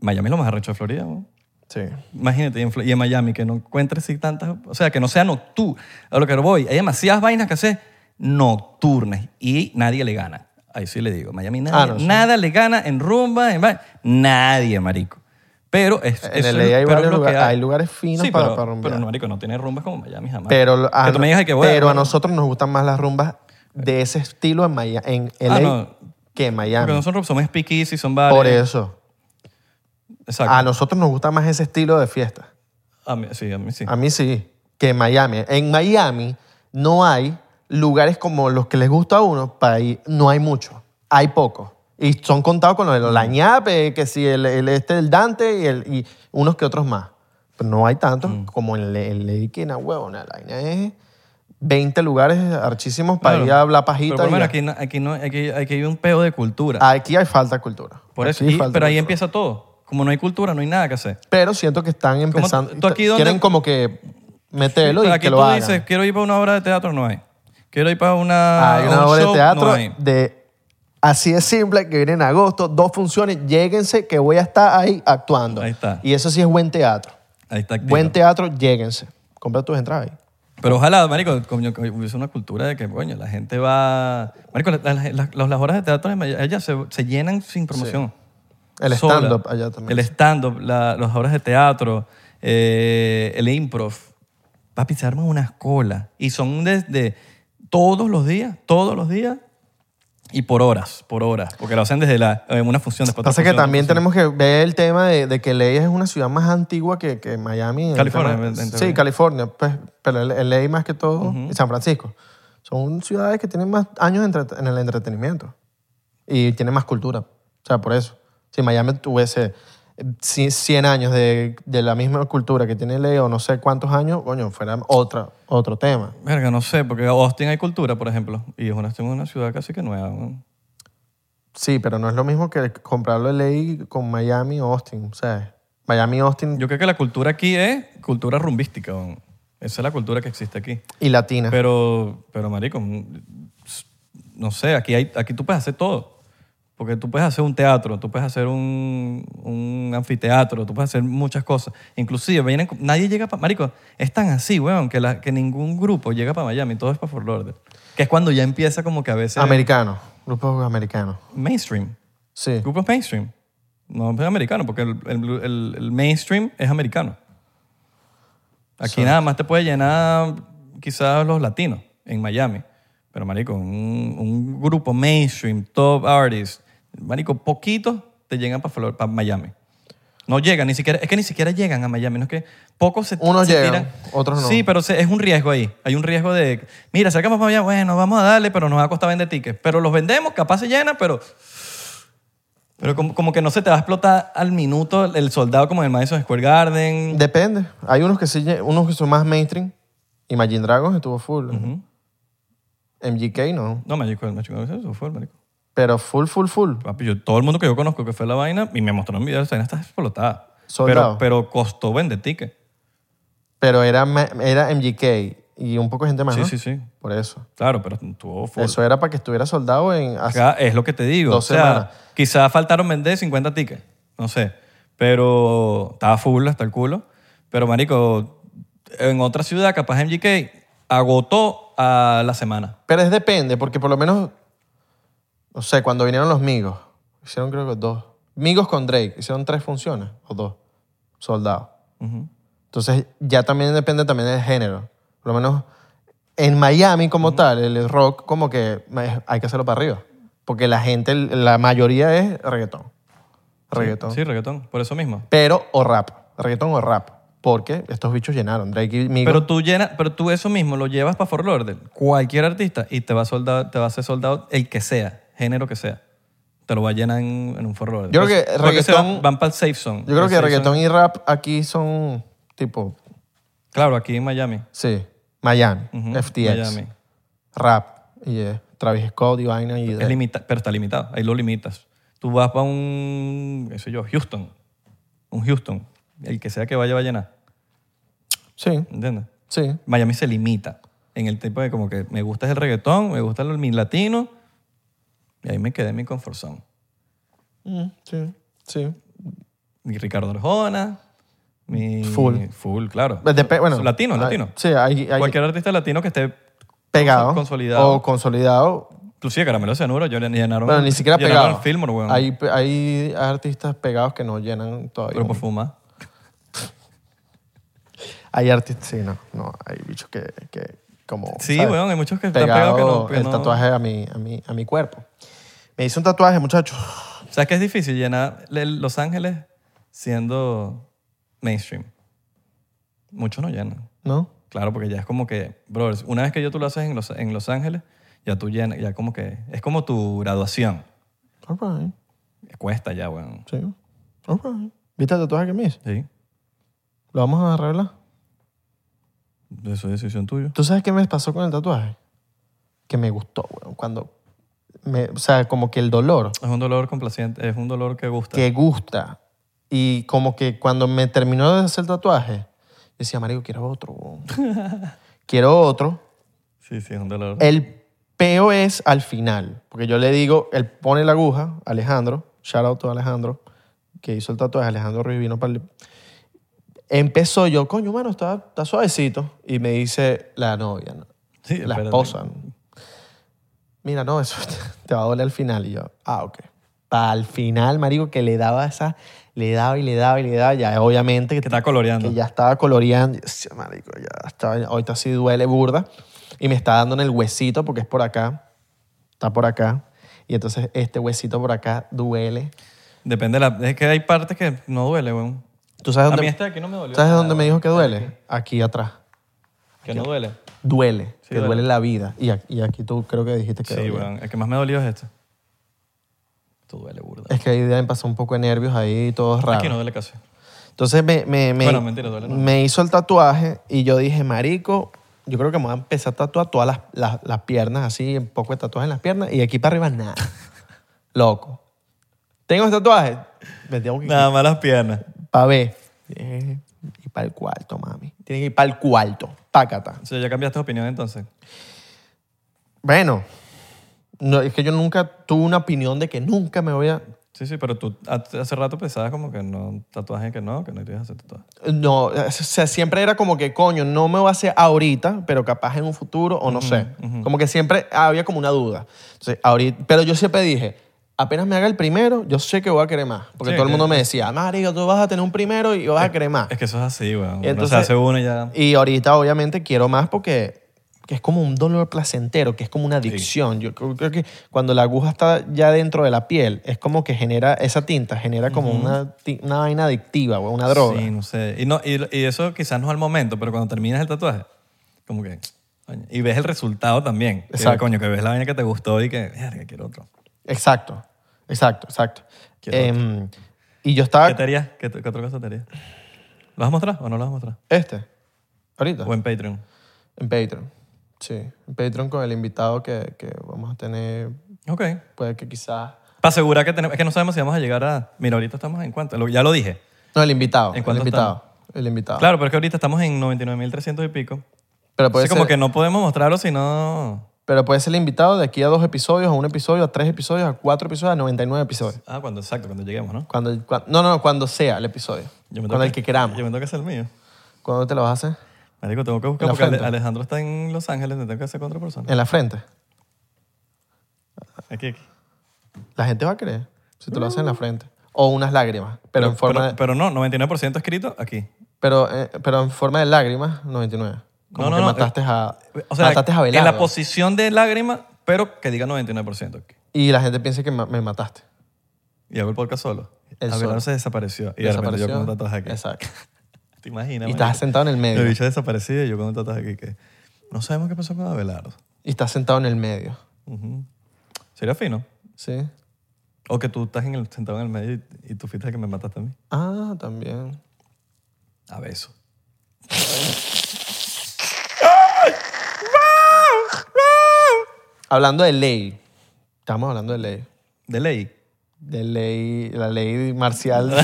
S1: Miami es lo más arrecho de Florida, weón.
S2: Sí.
S1: Imagínate, y en, Fl- y en Miami, que no encuentres así tantas... O sea, que no sea nocturno. A lo que voy, hay demasiadas vainas que hacer nocturnas y nadie le gana. Ahí sí le digo, Miami nadie,
S2: Ah, no, sí.
S1: nada le gana en rumba, en vaina. Nadie, marico. Pero es,
S2: En
S1: eso es-
S2: LA hay
S1: pero
S2: varios
S1: es lo que
S2: lugares-
S1: hay.
S2: hay lugares finos
S1: Sí,
S2: para-
S1: pero,
S2: para rumbear.
S1: Pero no, marico, no tiene rumbas como Miami jamás.
S2: Pero, a,
S1: que tú me digas que voy
S2: pero
S1: a,
S2: a nosotros nos gustan más las rumbas de ese estilo en, Maya- en LA
S1: Ah, no.
S2: que en Miami.
S1: Porque no son rumbas, son speakeasy, son bares.
S2: Por eso.
S1: Exacto.
S2: A nosotros nos gusta más ese estilo de fiesta.
S1: A mí, sí, a mí sí.
S2: A mí sí, que en Miami. En Miami no hay lugares como los que les gusta a uno para ir. No hay mucho. Hay pocos. Y son contados con los de los Lañape, que si el, el este, el Dante y, el, y unos que otros más. Pero no hay tantos
S1: Mm.
S2: como en Le- en Lady Quina, huevona. La vaina es 20 lugares archísimos para
S1: Claro.
S2: ir a hablar
S1: Pero
S2: pajita.
S1: por lo
S2: y
S1: menos
S2: ya.
S1: aquí, no- aquí, no, aquí, aquí hay un peo de cultura.
S2: aquí hay falta de cultura.
S1: Por eso,
S2: Aquí
S1: y-
S2: falta
S1: pero ahí
S2: cultura.
S1: empieza todo. Como no hay cultura, no hay nada que hacer.
S2: Pero siento que están empezando.
S1: tú aquí dónde-
S2: Quieren como que meterlo
S1: Pero
S2: y
S1: aquí
S2: que
S1: tú
S2: lo hagan.
S1: dices, quiero ir para una obra de teatro, no hay. Quiero ir para una,
S2: Ah, Hay
S1: un
S2: una obra
S1: show,
S2: de teatro
S1: no hay.
S2: de así de simple que viene en agosto, dos funciones, lléguense que voy a estar ahí actuando.
S1: Ahí está.
S2: Y eso sí es buen teatro.
S1: Ahí está activo.
S2: Buen teatro, lléguense. Compra tus entradas ahí.
S1: Pero ojalá, marico, coño, que hubiese una cultura de que, coño, la gente va... Marico, la- la- la- las, horas de teatro, en Maya- ellas se, se llenan sin promoción.
S2: El
S1: Sola.
S2: stand-up allá también.
S1: El stand-up, la- las obras de teatro, eh, el improv. Papi, se arman unas colas. Y son desde todos los días, todos los días, y por horas, por horas. Porque lo hacen desde la, eh, una función, después otra
S2: Pasa que
S1: función,
S2: también
S1: otra función.
S2: tenemos que ver el tema de, de que Ley es una ciudad más antigua que, que Miami. en
S1: California,
S2: tema-
S1: en- en
S2: sí,
S1: teoría.
S2: California. pues, pero Ley más que todo y San Francisco. Son ciudades que tienen más años entre- en el entretenimiento y tienen más cultura. O sea, por eso. Si Miami tuviese eh, ci- 100 años de, de la misma cultura que tiene Ley o no sé cuántos años, coño, fuera otra, otro tema.
S1: Verga, no sé, porque Austin hay cultura, por ejemplo. Y es una, es una ciudad casi que nueva. weón.
S2: Sí, pero no es lo mismo que comprarlo en Ley con Miami o Austin, ¿sabes? Miami, Austin
S1: Yo creo que la cultura aquí es cultura rumbística. weón. Esa es la cultura que existe aquí.
S2: y Latina.
S1: Pero, pero marico, mm, no sé, aquí, hay, aquí tú puedes hacer todo. Porque tú puedes hacer un teatro, tú puedes hacer un, un anfiteatro, tú puedes hacer muchas cosas. Inclusive, vienen, con- nadie llega para... Marico, es tan así, weón, que, la- que ningún grupo llega para Miami, todo es para Fort Lauderdale. Que es cuando ya empieza como que a veces...
S2: Americanos, grupos americanos.
S1: mainstream.
S2: Sí.
S1: Grupos mainstream. No es americano, porque el, el- el- el mainstream es americano. Aquí nada más te puede llenar quizás los latinos en Miami. Pero, marico, un, un grupo mainstream, top artist, marico, poquitos te llegan para Miami. No llegan, ni siquiera, es que ni siquiera llegan a Miami. No es que pocos se
S2: Unos
S1: se
S2: llegan, otros no.
S1: Sí, pero se- es un riesgo ahí. Hay un riesgo de, mira, sacamos para Miami, bueno, vamos a darle, pero nos va a costar vender tickets. Pero los vendemos, capaz se llena, pero pero como, como que no se te va a explotar al minuto el soldado como en el Madison Square Garden.
S2: Depende. Hay unos que sí, unos que son más mainstream. Imagine Dragons estuvo full. MGK no.
S1: No, Magic Square, Magic Square, eso fue, marico.
S2: Pero full, full, full.
S1: Papi, yo- todo el mundo que yo conozco que fue a la vaina y me mostraron videos, esa vaina está explotada. Pero,
S2: Soldado.
S1: pero costó vender ticket.
S2: Pero era, ma- era MGK y un poco de gente más,
S1: Sí,
S2: ¿no?
S1: sí, sí.
S2: Por eso.
S1: Claro, pero tuvo full.
S2: Eso era para que estuviera soldado en... así.
S1: Acá es lo que te digo.
S2: Dos
S1: o sea,
S2: semanas.
S1: quizás faltaron vender 50 tickets, no sé. Pero estaba full hasta el culo. Pero, marico, en otra ciudad, capaz MGK, agotó a la semana.
S2: Pero es depende, porque por lo menos... No sé, cuando vinieron los Migos, hicieron creo que dos. Migos con Drake, hicieron tres funciones o dos. Soldado.
S1: Ujú.
S2: Entonces ya también depende también del género. Por lo menos en Miami como tal, el rock como que ma- hay que hacerlo para arriba. Porque la gente, la mayoría es reggaetón. Reggaetón.
S1: Sí, reggaetón. Por eso mismo.
S2: Pero o rap. Reggaetón o rap. Porque estos bichos llenaron. Drake y Migos.
S1: Pero tú, llena, pero tú eso mismo lo llevas para Fort Lauderdale, cualquier artista, y te va a, soldado, te va a hacer soldado el que sea, género que sea. Te lo va a llenar en, en un Fort Lauderdale.
S2: Yo creo que
S1: Porque se van,
S2: reggaetón-
S1: van para el Safe Zone.
S2: Yo creo
S1: El
S2: que
S1: safe
S2: reggaetón
S1: zone-
S2: y rap aquí son tipo,
S1: Claro, aquí en Miami.
S2: sí, Miami,
S1: Ujú,
S2: FTX,
S1: Miami.
S2: rap, y eh, Travis Scott y vaina y
S1: Es
S2: Drake.
S1: limita- pero está limitado, ahí lo limitas. Tú vas para un, qué sé yo, Houston, un Houston, el que sea que vaya va a llenar.
S2: Sí,
S1: ¿Entiendes?
S2: sí.
S1: Miami se limita en el tipo de como que me gusta el reggaetón, me gusta el mi latino. Y ahí me quedé en mi comfort zone.
S2: Mm, Sí, sí.
S1: Mi Ricardo Arjona, mi...
S2: Full.
S1: Full, claro.
S2: Depe- bueno,
S1: latino,
S2: hay-
S1: latino.
S2: Sí, hay, hay
S1: Cualquier artista latino que esté
S2: pegado.
S1: consolidado.
S2: O consolidado.
S1: Inclusive Caramelo de Cianuro, yo llenaron...
S2: Bueno, ni siquiera
S1: llenaron
S2: pegado.
S1: el Fillmore, weón.
S2: Hay, pe- hay artistas pegados que no llenan todavía.
S1: Pero pues- por fumar.
S2: Hay artistas, sí, no, no, hay bichos que, que como...
S1: Sí,
S2: ¿sabes?
S1: weón, hay muchos que están
S2: Pegado
S1: pegados que no... que
S2: el
S1: no-
S2: tatuaje a mi, a, mi, a mi cuerpo. Me hice un tatuaje, muchachos.
S1: ¿Sabes que es difícil llenar le- Los Ángeles siendo mainstream? Muchos no llenan.
S2: ¿No?
S1: Claro, porque ya es como que, brothers, una vez que ya tú lo haces en Los, en Los Ángeles, ya tú llenas, ya como que, es como tu graduación.
S2: All right,
S1: Cuesta ya, weón.
S2: sí. All right. ¿Viste el tatuaje que me hice?
S1: Sí,
S2: Lo vamos a arreglar.
S1: eso es decisión tuya.
S2: ¿Tú sabes qué me pasó con el tatuaje? Que me gustó, weón. Cuando... me- o sea, como que el dolor
S1: Es un dolor complaciente, es un dolor que gusta.
S2: que gusta. Y como que cuando me terminó de hacer el tatuaje, yo decía, marico, quiero otro, weón. quiero otro.
S1: Sí, sí, es un dolor.
S2: El peo es al final, porque yo le digo, él pone la aguja, Alejandro, shout out a Alejandro, que hizo el tatuaje, Alejandro Ruiz vino para el... Empezó yo, coño, mano, está, está suavecito. Y me dice la novia, ¿no?
S1: Sí,
S2: <laughs> la
S1: espérate.
S2: esposa, ¿no? mira, no, eso <laughs> te va a doler al final. Y yo, ah, ok. Al final, marico, que le daba esa, le daba y le daba y le daba, ya obviamente
S1: Que está coloreando.
S2: que ya estaba coloreando. Yo decía, marico, ya estaba, ahorita sí duele burda. Y me está dando en el huesito porque es por acá. Está por acá. Y entonces este huesito por acá duele.
S1: Depende de la... Es que hay partes que no duele, weón.
S2: ¿Tú sabes
S1: A mí
S2: dónde,
S1: este de aquí no Este me dolió.
S2: ¿sabes
S1: nada,
S2: dónde me
S1: weón.
S2: dijo que duele? Aquí atrás.
S1: Que no duele.
S2: Duele.
S1: Sí,
S2: que
S1: duele.
S2: duele. la vida. Y aquí, y aquí tú creo que dijiste que
S1: Sí,
S2: duele.
S1: weón. El que más me dolió es este. Esto duele burda.
S2: Es que ahí me pasó un poco de nervios ahí, todo raro.
S1: Aquí no duele casi.
S2: Entonces me, me, me-
S1: Bueno, mentira, duele, no.
S2: me hizo el tatuaje y yo dije, marico, yo creo que me voy a empezar a tatuar todas las, las- las piernas, así, un poco de tatuaje en las piernas y de aquí para
S1: <laughs>
S2: arriba nada. Loco. ¿Tengo este tatuaje? Me tengo que
S1: Nada más las piernas.
S2: para ver. Dije, Y para el cuarto, mami. Tiene que ir para el cuarto. Pácata.
S1: O sea, ya cambiaste de opinión entonces.
S2: Bueno, no, es que yo nunca tuve una opinión de que nunca me voy a...
S1: Sí, sí, pero tú hace hace rato pensabas como que no, tatuaje que no, que no te ibas a hacer tatuaje.
S2: No, o sea, siempre era como que, coño, no me voy a hacer ahorita, pero capaz en un futuro o no sé. Como que siempre había como una duda. Entonces, ahorita, pero yo siempre dije, apenas me haga el primero, yo sé que voy a querer más. Porque
S1: Sí,
S2: todo el mundo
S1: que-
S2: me decía, marico, tú vas a tener un primero y vas a querer más.
S1: Es que eso es así, weón.
S2: Ah. Y
S1: Uno se
S2: entonces-
S1: hace uno y ya.
S2: Y ahorita, obviamente, quiero más porque que es como un dolor placentero, que es como una adicción. Yo creo, creo que cuando la aguja está ya dentro de la piel, es como que genera, esa tinta genera como una, ti- una vaina adictiva, güey, una droga.
S1: Sí, no sé. Y, no, y, y eso quizás no es al momento, pero cuando terminas el tatuaje, como que. coño, Y ves el resultado también. Que,
S2: Exacto.
S1: coño, que ves la vaina que te gustó y que. Verga, quiero otro.
S2: Exacto, exacto, exacto.
S1: Quiero
S2: Em, y
S1: ¿Qué
S2: yo estaba...
S1: te harías? ¿Qué, te- qué otra cosa te harías? ¿Lo vas a mostrar o no lo vas a mostrar?
S2: Este, ahorita.
S1: O en Patreon.
S2: En Patreon. Sí, en Patreon con el invitado que, que vamos a tener,
S1: Ok.
S2: puede que quizás...
S1: Para asegurar que tenemos. Es que no sabemos si vamos a llegar a. Mira, ahorita estamos en cuánto. Lo- ya lo dije.
S2: No, el invitado.
S1: ¿En
S2: el
S1: cuánto
S2: invitado. El invitado.
S1: Claro, pero es que ahorita estamos en 99.300 y pico.
S2: Pero puede
S1: Entonces,
S2: ser...
S1: como que no podemos mostrarlo si no.
S2: Pero puede ser el invitado de aquí a dos episodios, a un episodio, a tres episodios, a cuatro episodios, a 99 episodios.
S1: Ah, cuando, exacto, cuando lleguemos, ¿no?
S2: Cuando, el- cua- no, no, no, cuando sea el episodio.
S1: Yo me
S2: Con
S1: tengo
S2: el que queramos.
S1: Yo me tengo que hacer el mío.
S2: ¿Cuándo te lo vas a hacer?
S1: Marico, tengo que buscar
S2: ¿En la
S1: porque Ale-
S2: frente?
S1: Alejandro está en Los Ángeles, me tengo que hacer con otra persona.
S2: En la frente.
S1: Aquí, aquí.
S2: La gente va a creer si te lo haces en la frente. O unas lágrimas, pero, en forma
S1: Mm. pero, pero
S2: de,
S1: no, 99% escrito aquí.
S2: pero, eh, pero en forma de lágrimas, 99.
S1: No,
S2: Como
S1: no,
S2: que
S1: no,
S2: mataste a
S1: O sea,
S2: mataste a
S1: en la
S2: Abelardo.
S1: posición de lágrima, pero que diga 99% aquí.
S2: Y la gente piensa que ma- me mataste.
S1: Y hago el podcast solo.
S2: El
S1: Abelardo
S2: solo.
S1: se desapareció. Y de repente yo con un tatuaje aquí. <laughs>
S2: Exacto.
S1: ¿Te imaginas?
S2: Y estás
S1: marico?
S2: sentado en el
S1: El
S2: medio.
S1: bicho desaparecido y yo con un tatuaje aquí que no sabemos qué pasó con Abelardo.
S2: Y estás sentado en el medio.
S1: Ujú. Sería fino.
S2: ¿Sí?
S1: O que tú estás en el, sentado en el medio y, y tú fuiste el que me mataste a mí.
S2: Ah, también.
S1: A beso.
S2: Hablando de ley. Estamos hablando de ley.
S1: De ley. <laughs>
S2: De ley, la ley marcial.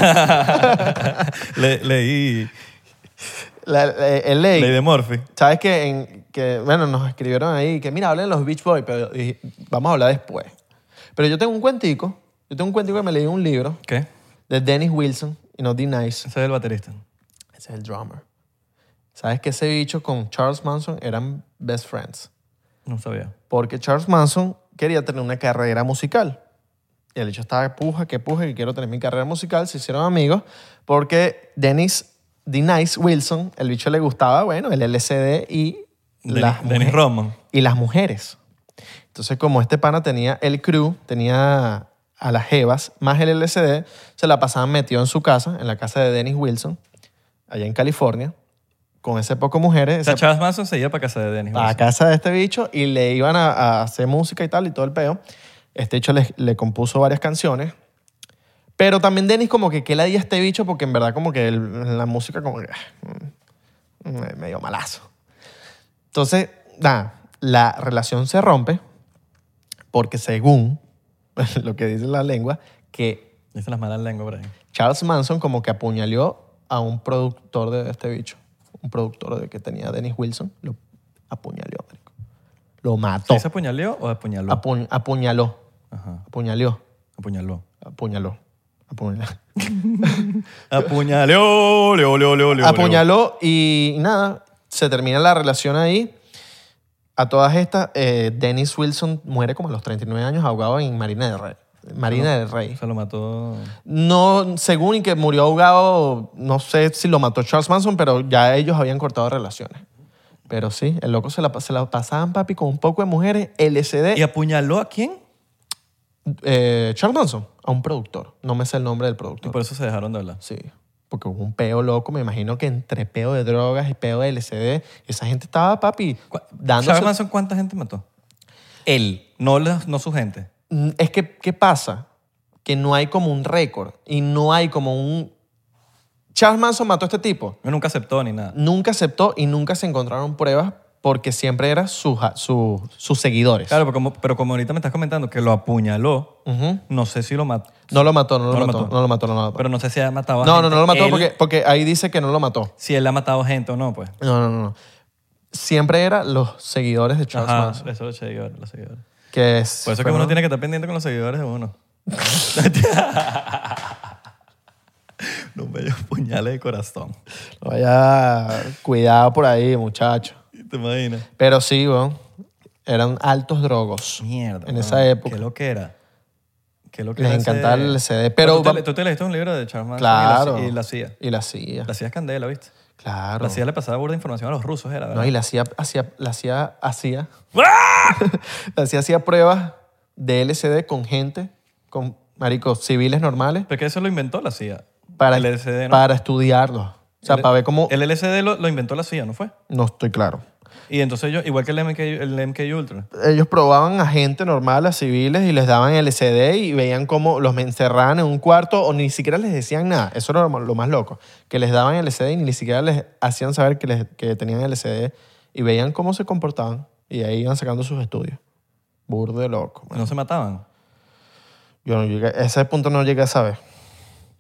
S1: Le- leí
S2: La, la- el ley.
S1: Ley de Murphy.
S2: ¿Sabes que, en- que, bueno, nos escribieron ahí que, mira, hablen los Beach Boys, pero dije, vamos a hablar después. Pero yo tengo un cuentico, yo tengo un cuentico que me leí en un libro
S1: ¿Qué?
S2: de Dennis Wilson y no D.
S1: Ese
S2: Nice.
S1: es el baterista.
S2: Ese es el drummer. ¿Sabes que ese bicho con Charles Manson eran best friends?
S1: No sabía.
S2: Porque Charles Manson quería tener una carrera musical. Y el hecho estaba puja, que puja, que quiero tener mi carrera musical. Se hicieron amigos porque Dennis, D. Nice Wilson, el bicho le gustaba, bueno, el LCD y
S1: Dennis,
S2: las
S1: Dennis
S2: mujeres
S1: Rodman.
S2: y las mujeres. Entonces, como este pana tenía el crew, tenía a las jevas más el LSD, se la pasaban metido en su casa, en la casa de Dennis Wilson, allá en California, con ese poco mujeres,
S1: O sea,
S2: ese-
S1: Charles Manson se iba para casa de Dennis.
S2: a la
S1: Wilson.
S2: casa de este bicho, y le iban a, a hacer música y tal, y todo el peo. Este bicho le, le compuso varias canciones. Pero también Dennis como que qué le di a este bicho porque en verdad como que el- la música como que ah, mm, medio malazo. Entonces, nada, la relación se rompe porque según <laughs> lo que dice la lengua, que
S1: Dicen las malas lenguas por ahí.
S2: Charles Manson como que apuñaló a un productor de este bicho. Un productor de que tenía Dennis Wilson. Lo apuñaló, marico. Lo mató.
S1: ¿Sí ¿Se apuñaleó o apuñaló?
S2: Apu- apuñaló.
S1: Ajá.
S2: Apuñaló.
S1: Apuñaló.
S2: Apuñaló. Apuñaló.
S1: Apuñaleó, leo, leo, leo, leo.
S2: Apuñaló y nada. Se termina la relación ahí. A todas estas, eh, Dennis Wilson muere como a los 39 años ahogado en Marina del Rey. Marina del Rey.
S1: leo. Se lo mató.
S2: No, según y que murió ahogado, no sé si lo mató Charles Manson, pero ya ellos habían cortado relaciones. Pero sí, el loco se la, se la pasaban, papi, con un poco de mujeres, LSD.
S1: ¿Y apuñaló a quién?
S2: eh, Charles Manson, a un productor. No me sé el nombre del
S1: Y
S2: productor.
S1: por eso se dejaron de hablar.
S2: Sí, porque hubo un peo loco. Me imagino que entre peo de drogas y peo de LSD, esa gente estaba, papi,
S1: ¿Cuá- ¿Charles
S2: dándose...
S1: Manson cuánta gente mató?
S2: Él.
S1: No, las- no su gente.
S2: Mm, Es que, ¿qué pasa? Que no hay como un récord y no hay como un... Charles Manson mató a este tipo.
S1: Él Nunca aceptó ni nada.
S2: nunca aceptó y nunca se encontraron pruebas porque siempre eran sus, su- sus seguidores.
S1: Claro, pero como, pero como ahorita me estás comentando que lo apuñaló,
S2: Ujú.
S1: no sé si lo mató.
S2: No lo mató, no lo, mató, no lo mató, no lo mató.
S1: Pero no sé si ha matado a
S2: no,
S1: gente.
S2: no, no lo mató
S1: Él-
S2: porque, porque ahí dice que no lo mató.
S1: Si él ha matado gente o no, pues.
S2: No, no, no. no. Siempre eran los seguidores de Charles
S1: Ajá,
S2: Manson.
S1: eso es los seguidores, los seguidores.
S2: Que es,
S1: Por eso es que
S2: fueron-
S1: uno tiene que estar pendiente con los seguidores de
S2: <laughs>
S1: uno. Los bellos puñales de corazón.
S2: Vaya, cuidado por ahí, muchacho.
S1: ¿Te imaginas?
S2: Pero sí, weón. Eran altos drogos.
S1: Mierda. weón.
S2: En esa época.
S1: Qué lo que era. Qué lo que
S2: Les
S1: era ese-
S2: encantaba el LCD. Pero,
S1: tú, te,
S2: va-
S1: le- tú te leíste un libro de Charles Manson
S2: claro.
S1: y, la, y la CIA.
S2: Y la CIA.
S1: La CIA es candela, ¿viste?
S2: Claro.
S1: La CIA le pasaba burda de información a los rusos, era,
S2: No,
S1: ¿verdad?
S2: y la CIA hacía, la CIA hacía,
S1: ¡Ah!
S2: <laughs> la CIA hacía pruebas de LSD con gente, con maricos civiles normales,
S1: Porque eso lo inventó la CIA.
S2: para,
S1: el LSD, ¿no?
S2: para estudiarlos. O sea,
S1: El-
S2: para ver cómo...
S1: El LSD lo, lo inventó la CIA, ¿no fue?
S2: No estoy claro.
S1: Y entonces yo, igual que el MK, el MK Ultra.
S2: Ellos probaban a gente normal, a civiles, y les daban LSD y veían cómo los encerraban en un cuarto o ni siquiera les decían nada. Eso era lo, lo más loco. Que les daban LSD y ni siquiera les hacían saber que, les, que tenían LSD y veían cómo se comportaban y ahí iban sacando sus estudios. Burde loco.
S1: No se mataban.
S2: Yo no llegué, a ese punto no llegué a saber.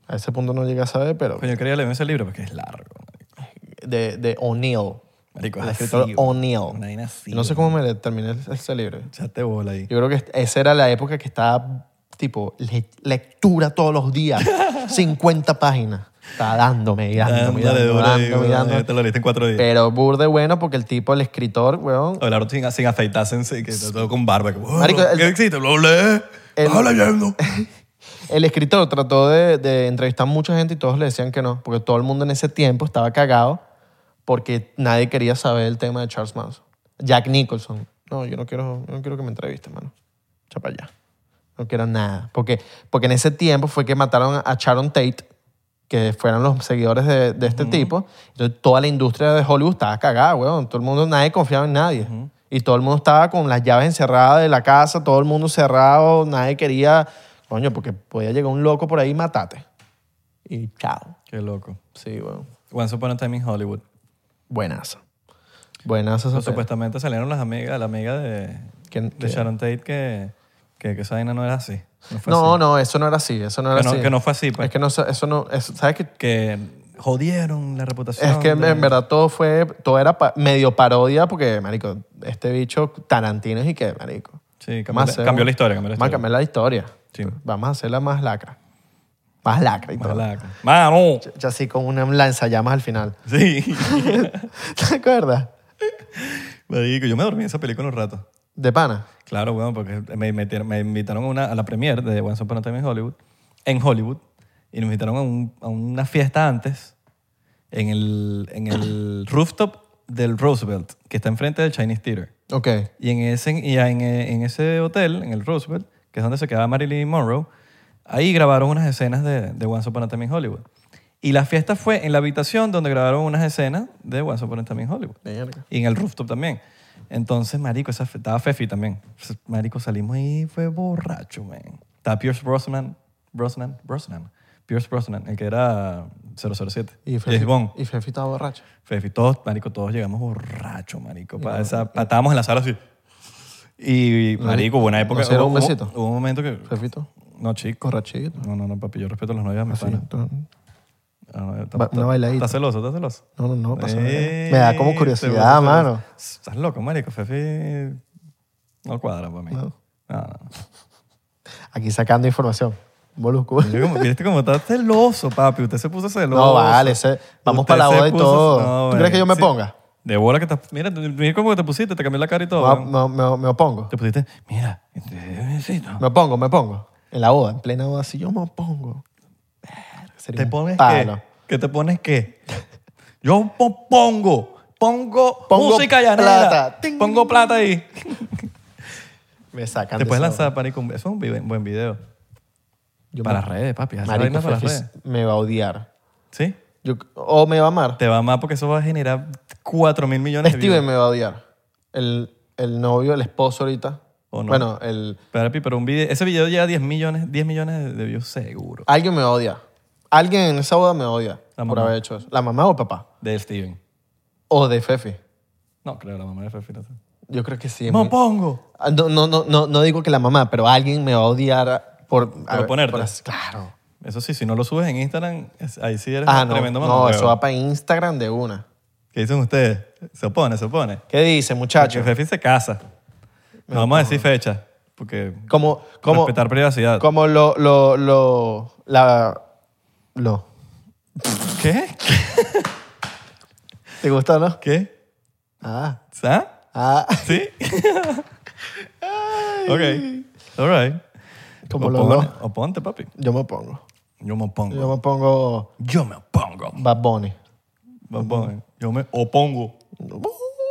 S2: A ese punto no llegué a saber, pero
S1: Coño, Pues yo quería leerme ese libro porque es largo. marico.
S2: de, de O'Neill.
S1: Marico,
S2: El
S1: es así,
S2: escritor
S1: güey. Una
S2: O'Neill.
S1: vaina así.
S2: No sé cómo me le- terminé ese libro.
S1: Echaste bola ahí.
S2: Yo creo que esa era la época que estaba, tipo, le- lectura todos
S1: <laughs>
S2: los días. 50 páginas. Estaba dándome y dándome y
S1: Dándole
S2: dándome,
S1: duro ahí,
S2: dándome, y
S1: güey.
S2: dándome.
S1: Te lo leíste en cuatro días.
S2: Pero burde bueno porque el tipo, el escritor, weón,
S1: Hablaron sin, sin afeitarse, en sí, que todo con barba. que,
S2: Marico, el-
S1: ¿Qué existe? Lo hablé. Estaba
S2: <laughs>
S1: leyendo.
S2: El escritor trató de, de entrevistar a mucha gente y todos le decían que no, porque todo el mundo en ese tiempo estaba cagado porque nadie quería saber el tema de Charles Manson. Jack Nicholson. No, yo no quiero, yo no quiero que me entrevisten, mano. Echa para allá. No quiero nada. Porque, porque en ese tiempo fue que mataron a Sharon Tate, que fueron los seguidores de, de este tipo. Entonces toda la industria de Hollywood estaba cagada, weón. Todo el mundo, nadie confiaba en nadie. Y todo el mundo estaba con las llaves encerradas de la casa, todo el mundo cerrado, nadie quería... Coño, porque podía llegar un loco por ahí y matarte. Y chao.
S1: Qué loco.
S2: Sí, weón.
S1: Once Upon a Time in Hollywood.
S2: Buenazo. Buenazo esa
S1: Pues, supuestamente salieron las amigas, la amiga de,
S2: ¿Quién-
S1: de
S2: quién?
S1: Sharon Tate que, que, que esa vaina no era así. No, fue
S2: No,
S1: así.
S2: no, eso no era así, eso no era
S1: Que no-
S2: así.
S1: que no fue así, pues.
S2: Es que no, eso no, eso- ¿sabes qué?
S1: Que jodieron la reputación.
S2: Es que en
S1: de-
S2: en verdad todo fue, todo era pa- medio parodia porque, marico, este bicho Tarantino es y que, marico.
S1: Sí, cambió,
S2: Vamos a
S1: la,
S2: hacer
S1: cambió
S2: un-
S1: la historia. Cambió la
S2: Vamos a
S1: historia.
S2: cambiar la historia.
S1: Sí.
S2: Vamos a hacerla más lacra. Más lacra y todo.
S1: Malaca. ¡Mano!
S2: Ya así con una lanzallamas al final. <laughs>
S1: Sí.
S2: ¿Te acuerdas?
S1: Marico, yo me dormí en esa película un rato.
S2: De pana.
S1: Claro, weón, porque me, metieron- me invitaron a, una, a la premiere de Once Upon a Time in Hollywood, en Hollywood, y nos invitaron a, un- a una fiesta antes en el, en el rooftop del Roosevelt, que está enfrente del Chinese Theater.
S2: Ok.
S1: Y en ese, y en, en ese hotel, en el Roosevelt, que es donde se quedaba Marilyn Monroe, ahí grabaron unas escenas de, de Once Upon a Time in Hollywood. Y la fiesta fue en la habitación donde grabaron unas escenas de Once Upon a Time in Hollywood.
S2: Verga.
S1: Y en el rooftop también. Entonces, marico, esa, fe- estaba Fefi también. Marico, salimos ahí fue borracho, man. Estaba Pierce Brosnan, Brosnan, Brosnan. Pierce Brosnan, el que era 007.
S2: Y
S1: James
S2: Fefi,
S1: Bond.
S2: y Fefi estaba borracho.
S1: Fefi, todos, marico, todos llegamos borrachos, marico. Pa, esa, pa- estábamos en la sala así. Y, marico, hubo una época...
S2: ¿No se dieron
S1: hubo-
S2: un besito?
S1: Hubo, hubo un momento que...
S2: Fefito,
S1: No, chico.
S2: borrachito.
S1: No, no, no, papi, yo respeto a los novios de mis
S2: Así.
S1: panas.
S2: todo.
S1: Ah, no, está-
S2: Ba-
S1: está-
S2: una bailadita.
S1: ¿Estás celoso? ¿Estás celoso?
S2: No, no, no, pasa nada.
S1: Eh,
S2: Me da como
S1: te gusta
S2: curiosidad,
S1: hacer
S2: mano.
S1: eso. Estás loco, marico. Fefi no cuadra para mí. No. No, no.
S2: Aquí sacando información. Molusco.
S1: Yo como- Viste cómo estás celoso, papi. Usted se puso celoso.
S2: No, vale, ese- vamos para la
S1: se
S2: boda y
S1: puso-
S2: todo. ¿Tú crees
S1: vale.
S2: que yo me ponga?
S1: De bola que estás... Mira, mira cómo te pusiste. Te cambió la cara y todo.
S2: Me,
S1: ¿no?
S2: me- me- me opongo.
S1: Te pusiste... Mira, este, te necesito.
S2: Me opongo, me opongo. En la boda, en plena boda, si yo me opongo. verga, sería
S1: ¿Te
S2: un
S1: pones
S2: palo.
S1: qué? ¿Qué te pones qué? Yo po- pongo... Pongo,
S2: Pongo
S1: música llanera.
S2: plata. Ting.
S1: Pongo plata ahí.
S2: Me sacan
S1: Te
S2: de
S1: puedes
S2: esa
S1: lanzar, marico. Eso es un vi- buen video.
S2: boda. Yo
S1: para
S2: me-
S1: las redes, papi. haz la
S2: Marico,
S1: vaina para las
S2: Fefi
S1: redes.
S2: me va a odiar.
S1: ¿Sí?
S2: Yo- o me va a amar.
S1: Te va más porque eso va a generar 4 mil millones de
S2: Steven
S1: views.
S2: me va Este a odiar. El, el novio, el esposo ahorita.
S1: ¿O no?
S2: Bueno, el,
S1: Papi, pero un video, ese video lleva 10 millones, 10 millones de- de views seguro.
S2: alguien me odia. Alguien en esa boda me odia
S1: La
S2: por
S1: mamá.
S2: haber hecho eso. ¿La mamá o el papá?
S1: De Steven.
S2: O de Fefi.
S1: No, creo, la mamá de Fefi. no sé.
S2: Yo creo que sí. es
S1: ¡Me
S2: muy-
S1: opongo!
S2: Ah, No, no, no, no, no digo que la mamá, pero alguien me va a odiar por... a ver,
S1: ponerte.
S2: por as- claro.
S1: Eso sí, si no lo subes en Instagram, es- ahí sí eres
S2: Ah,
S1: un
S2: no.
S1: tremendo
S2: no,
S1: mamá.
S2: eso va para Instagram de una.
S1: ¿Qué dicen ustedes? Se opone, se opone.
S2: ¿Qué dice,
S1: Que
S2: muchacho?
S1: Fefi se casa. No vamos a decir fecha, porque
S2: Como, como,
S1: respetar privacidad.
S2: como lo, lo, lo, la, lo.
S1: ¿Qué?
S2: ¿Te gustó, no?
S1: ¿Qué?
S2: Ah,
S1: ¿Ah?
S2: ah. <laughs>
S1: ¿Sí? ok. All right.
S2: Como lo,
S1: Opone-
S2: lo.
S1: Oponte, papi.
S2: Yo me pongo.
S1: Yo me opongo.
S2: Yo me pongo
S1: Yo me opongo.
S2: Bad Bunny.
S1: Bad Bunny. eh. Yo me opongo.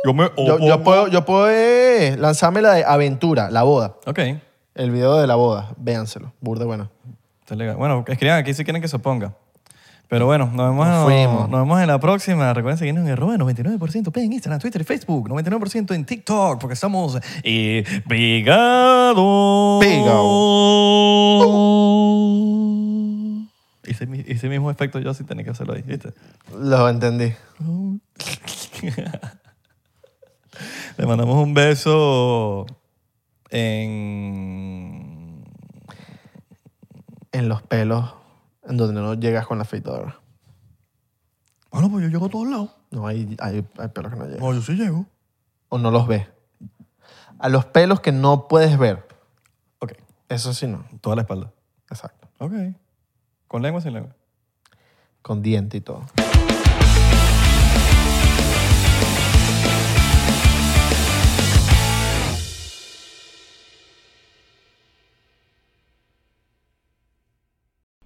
S1: Yo me
S2: Yo,
S1: opongo.
S2: yo puedo, yo puedo eh, lanzarme la de Aventura, la boda.
S1: Ok.
S2: El video de la boda. Véanselo. Burde bueno.
S1: Está legal. Bueno, escriban aquí si quieren que se oponga. Pero bueno, nos vemos,
S2: Nos fuimos.
S1: nos vemos en la próxima. Recuerden seguirnos en arroba 99% en Instagram, Twitter y Facebook. 99% en TikTok porque estamos eh, pegados. Pegados. Uh. Hice, mi- hice el mismo efecto yo sin tener que hacerlo ahí, ¿viste?
S2: Lo entendí.
S1: Le mandamos un beso en...
S2: En los pelos, en donde no llegas con la afeitadora.
S1: Bueno, pues yo llego a todos lados.
S2: No, hay, hay, hay pelos que no llegan.
S1: No, yo sí llego.
S2: O no los ves. A los pelos que no puedes ver.
S1: Ok.
S2: Eso sí no.
S1: Toda la espalda.
S2: Exacto.
S1: Ok. ¿Con lengua o sin lengua?
S2: Con diente y todo.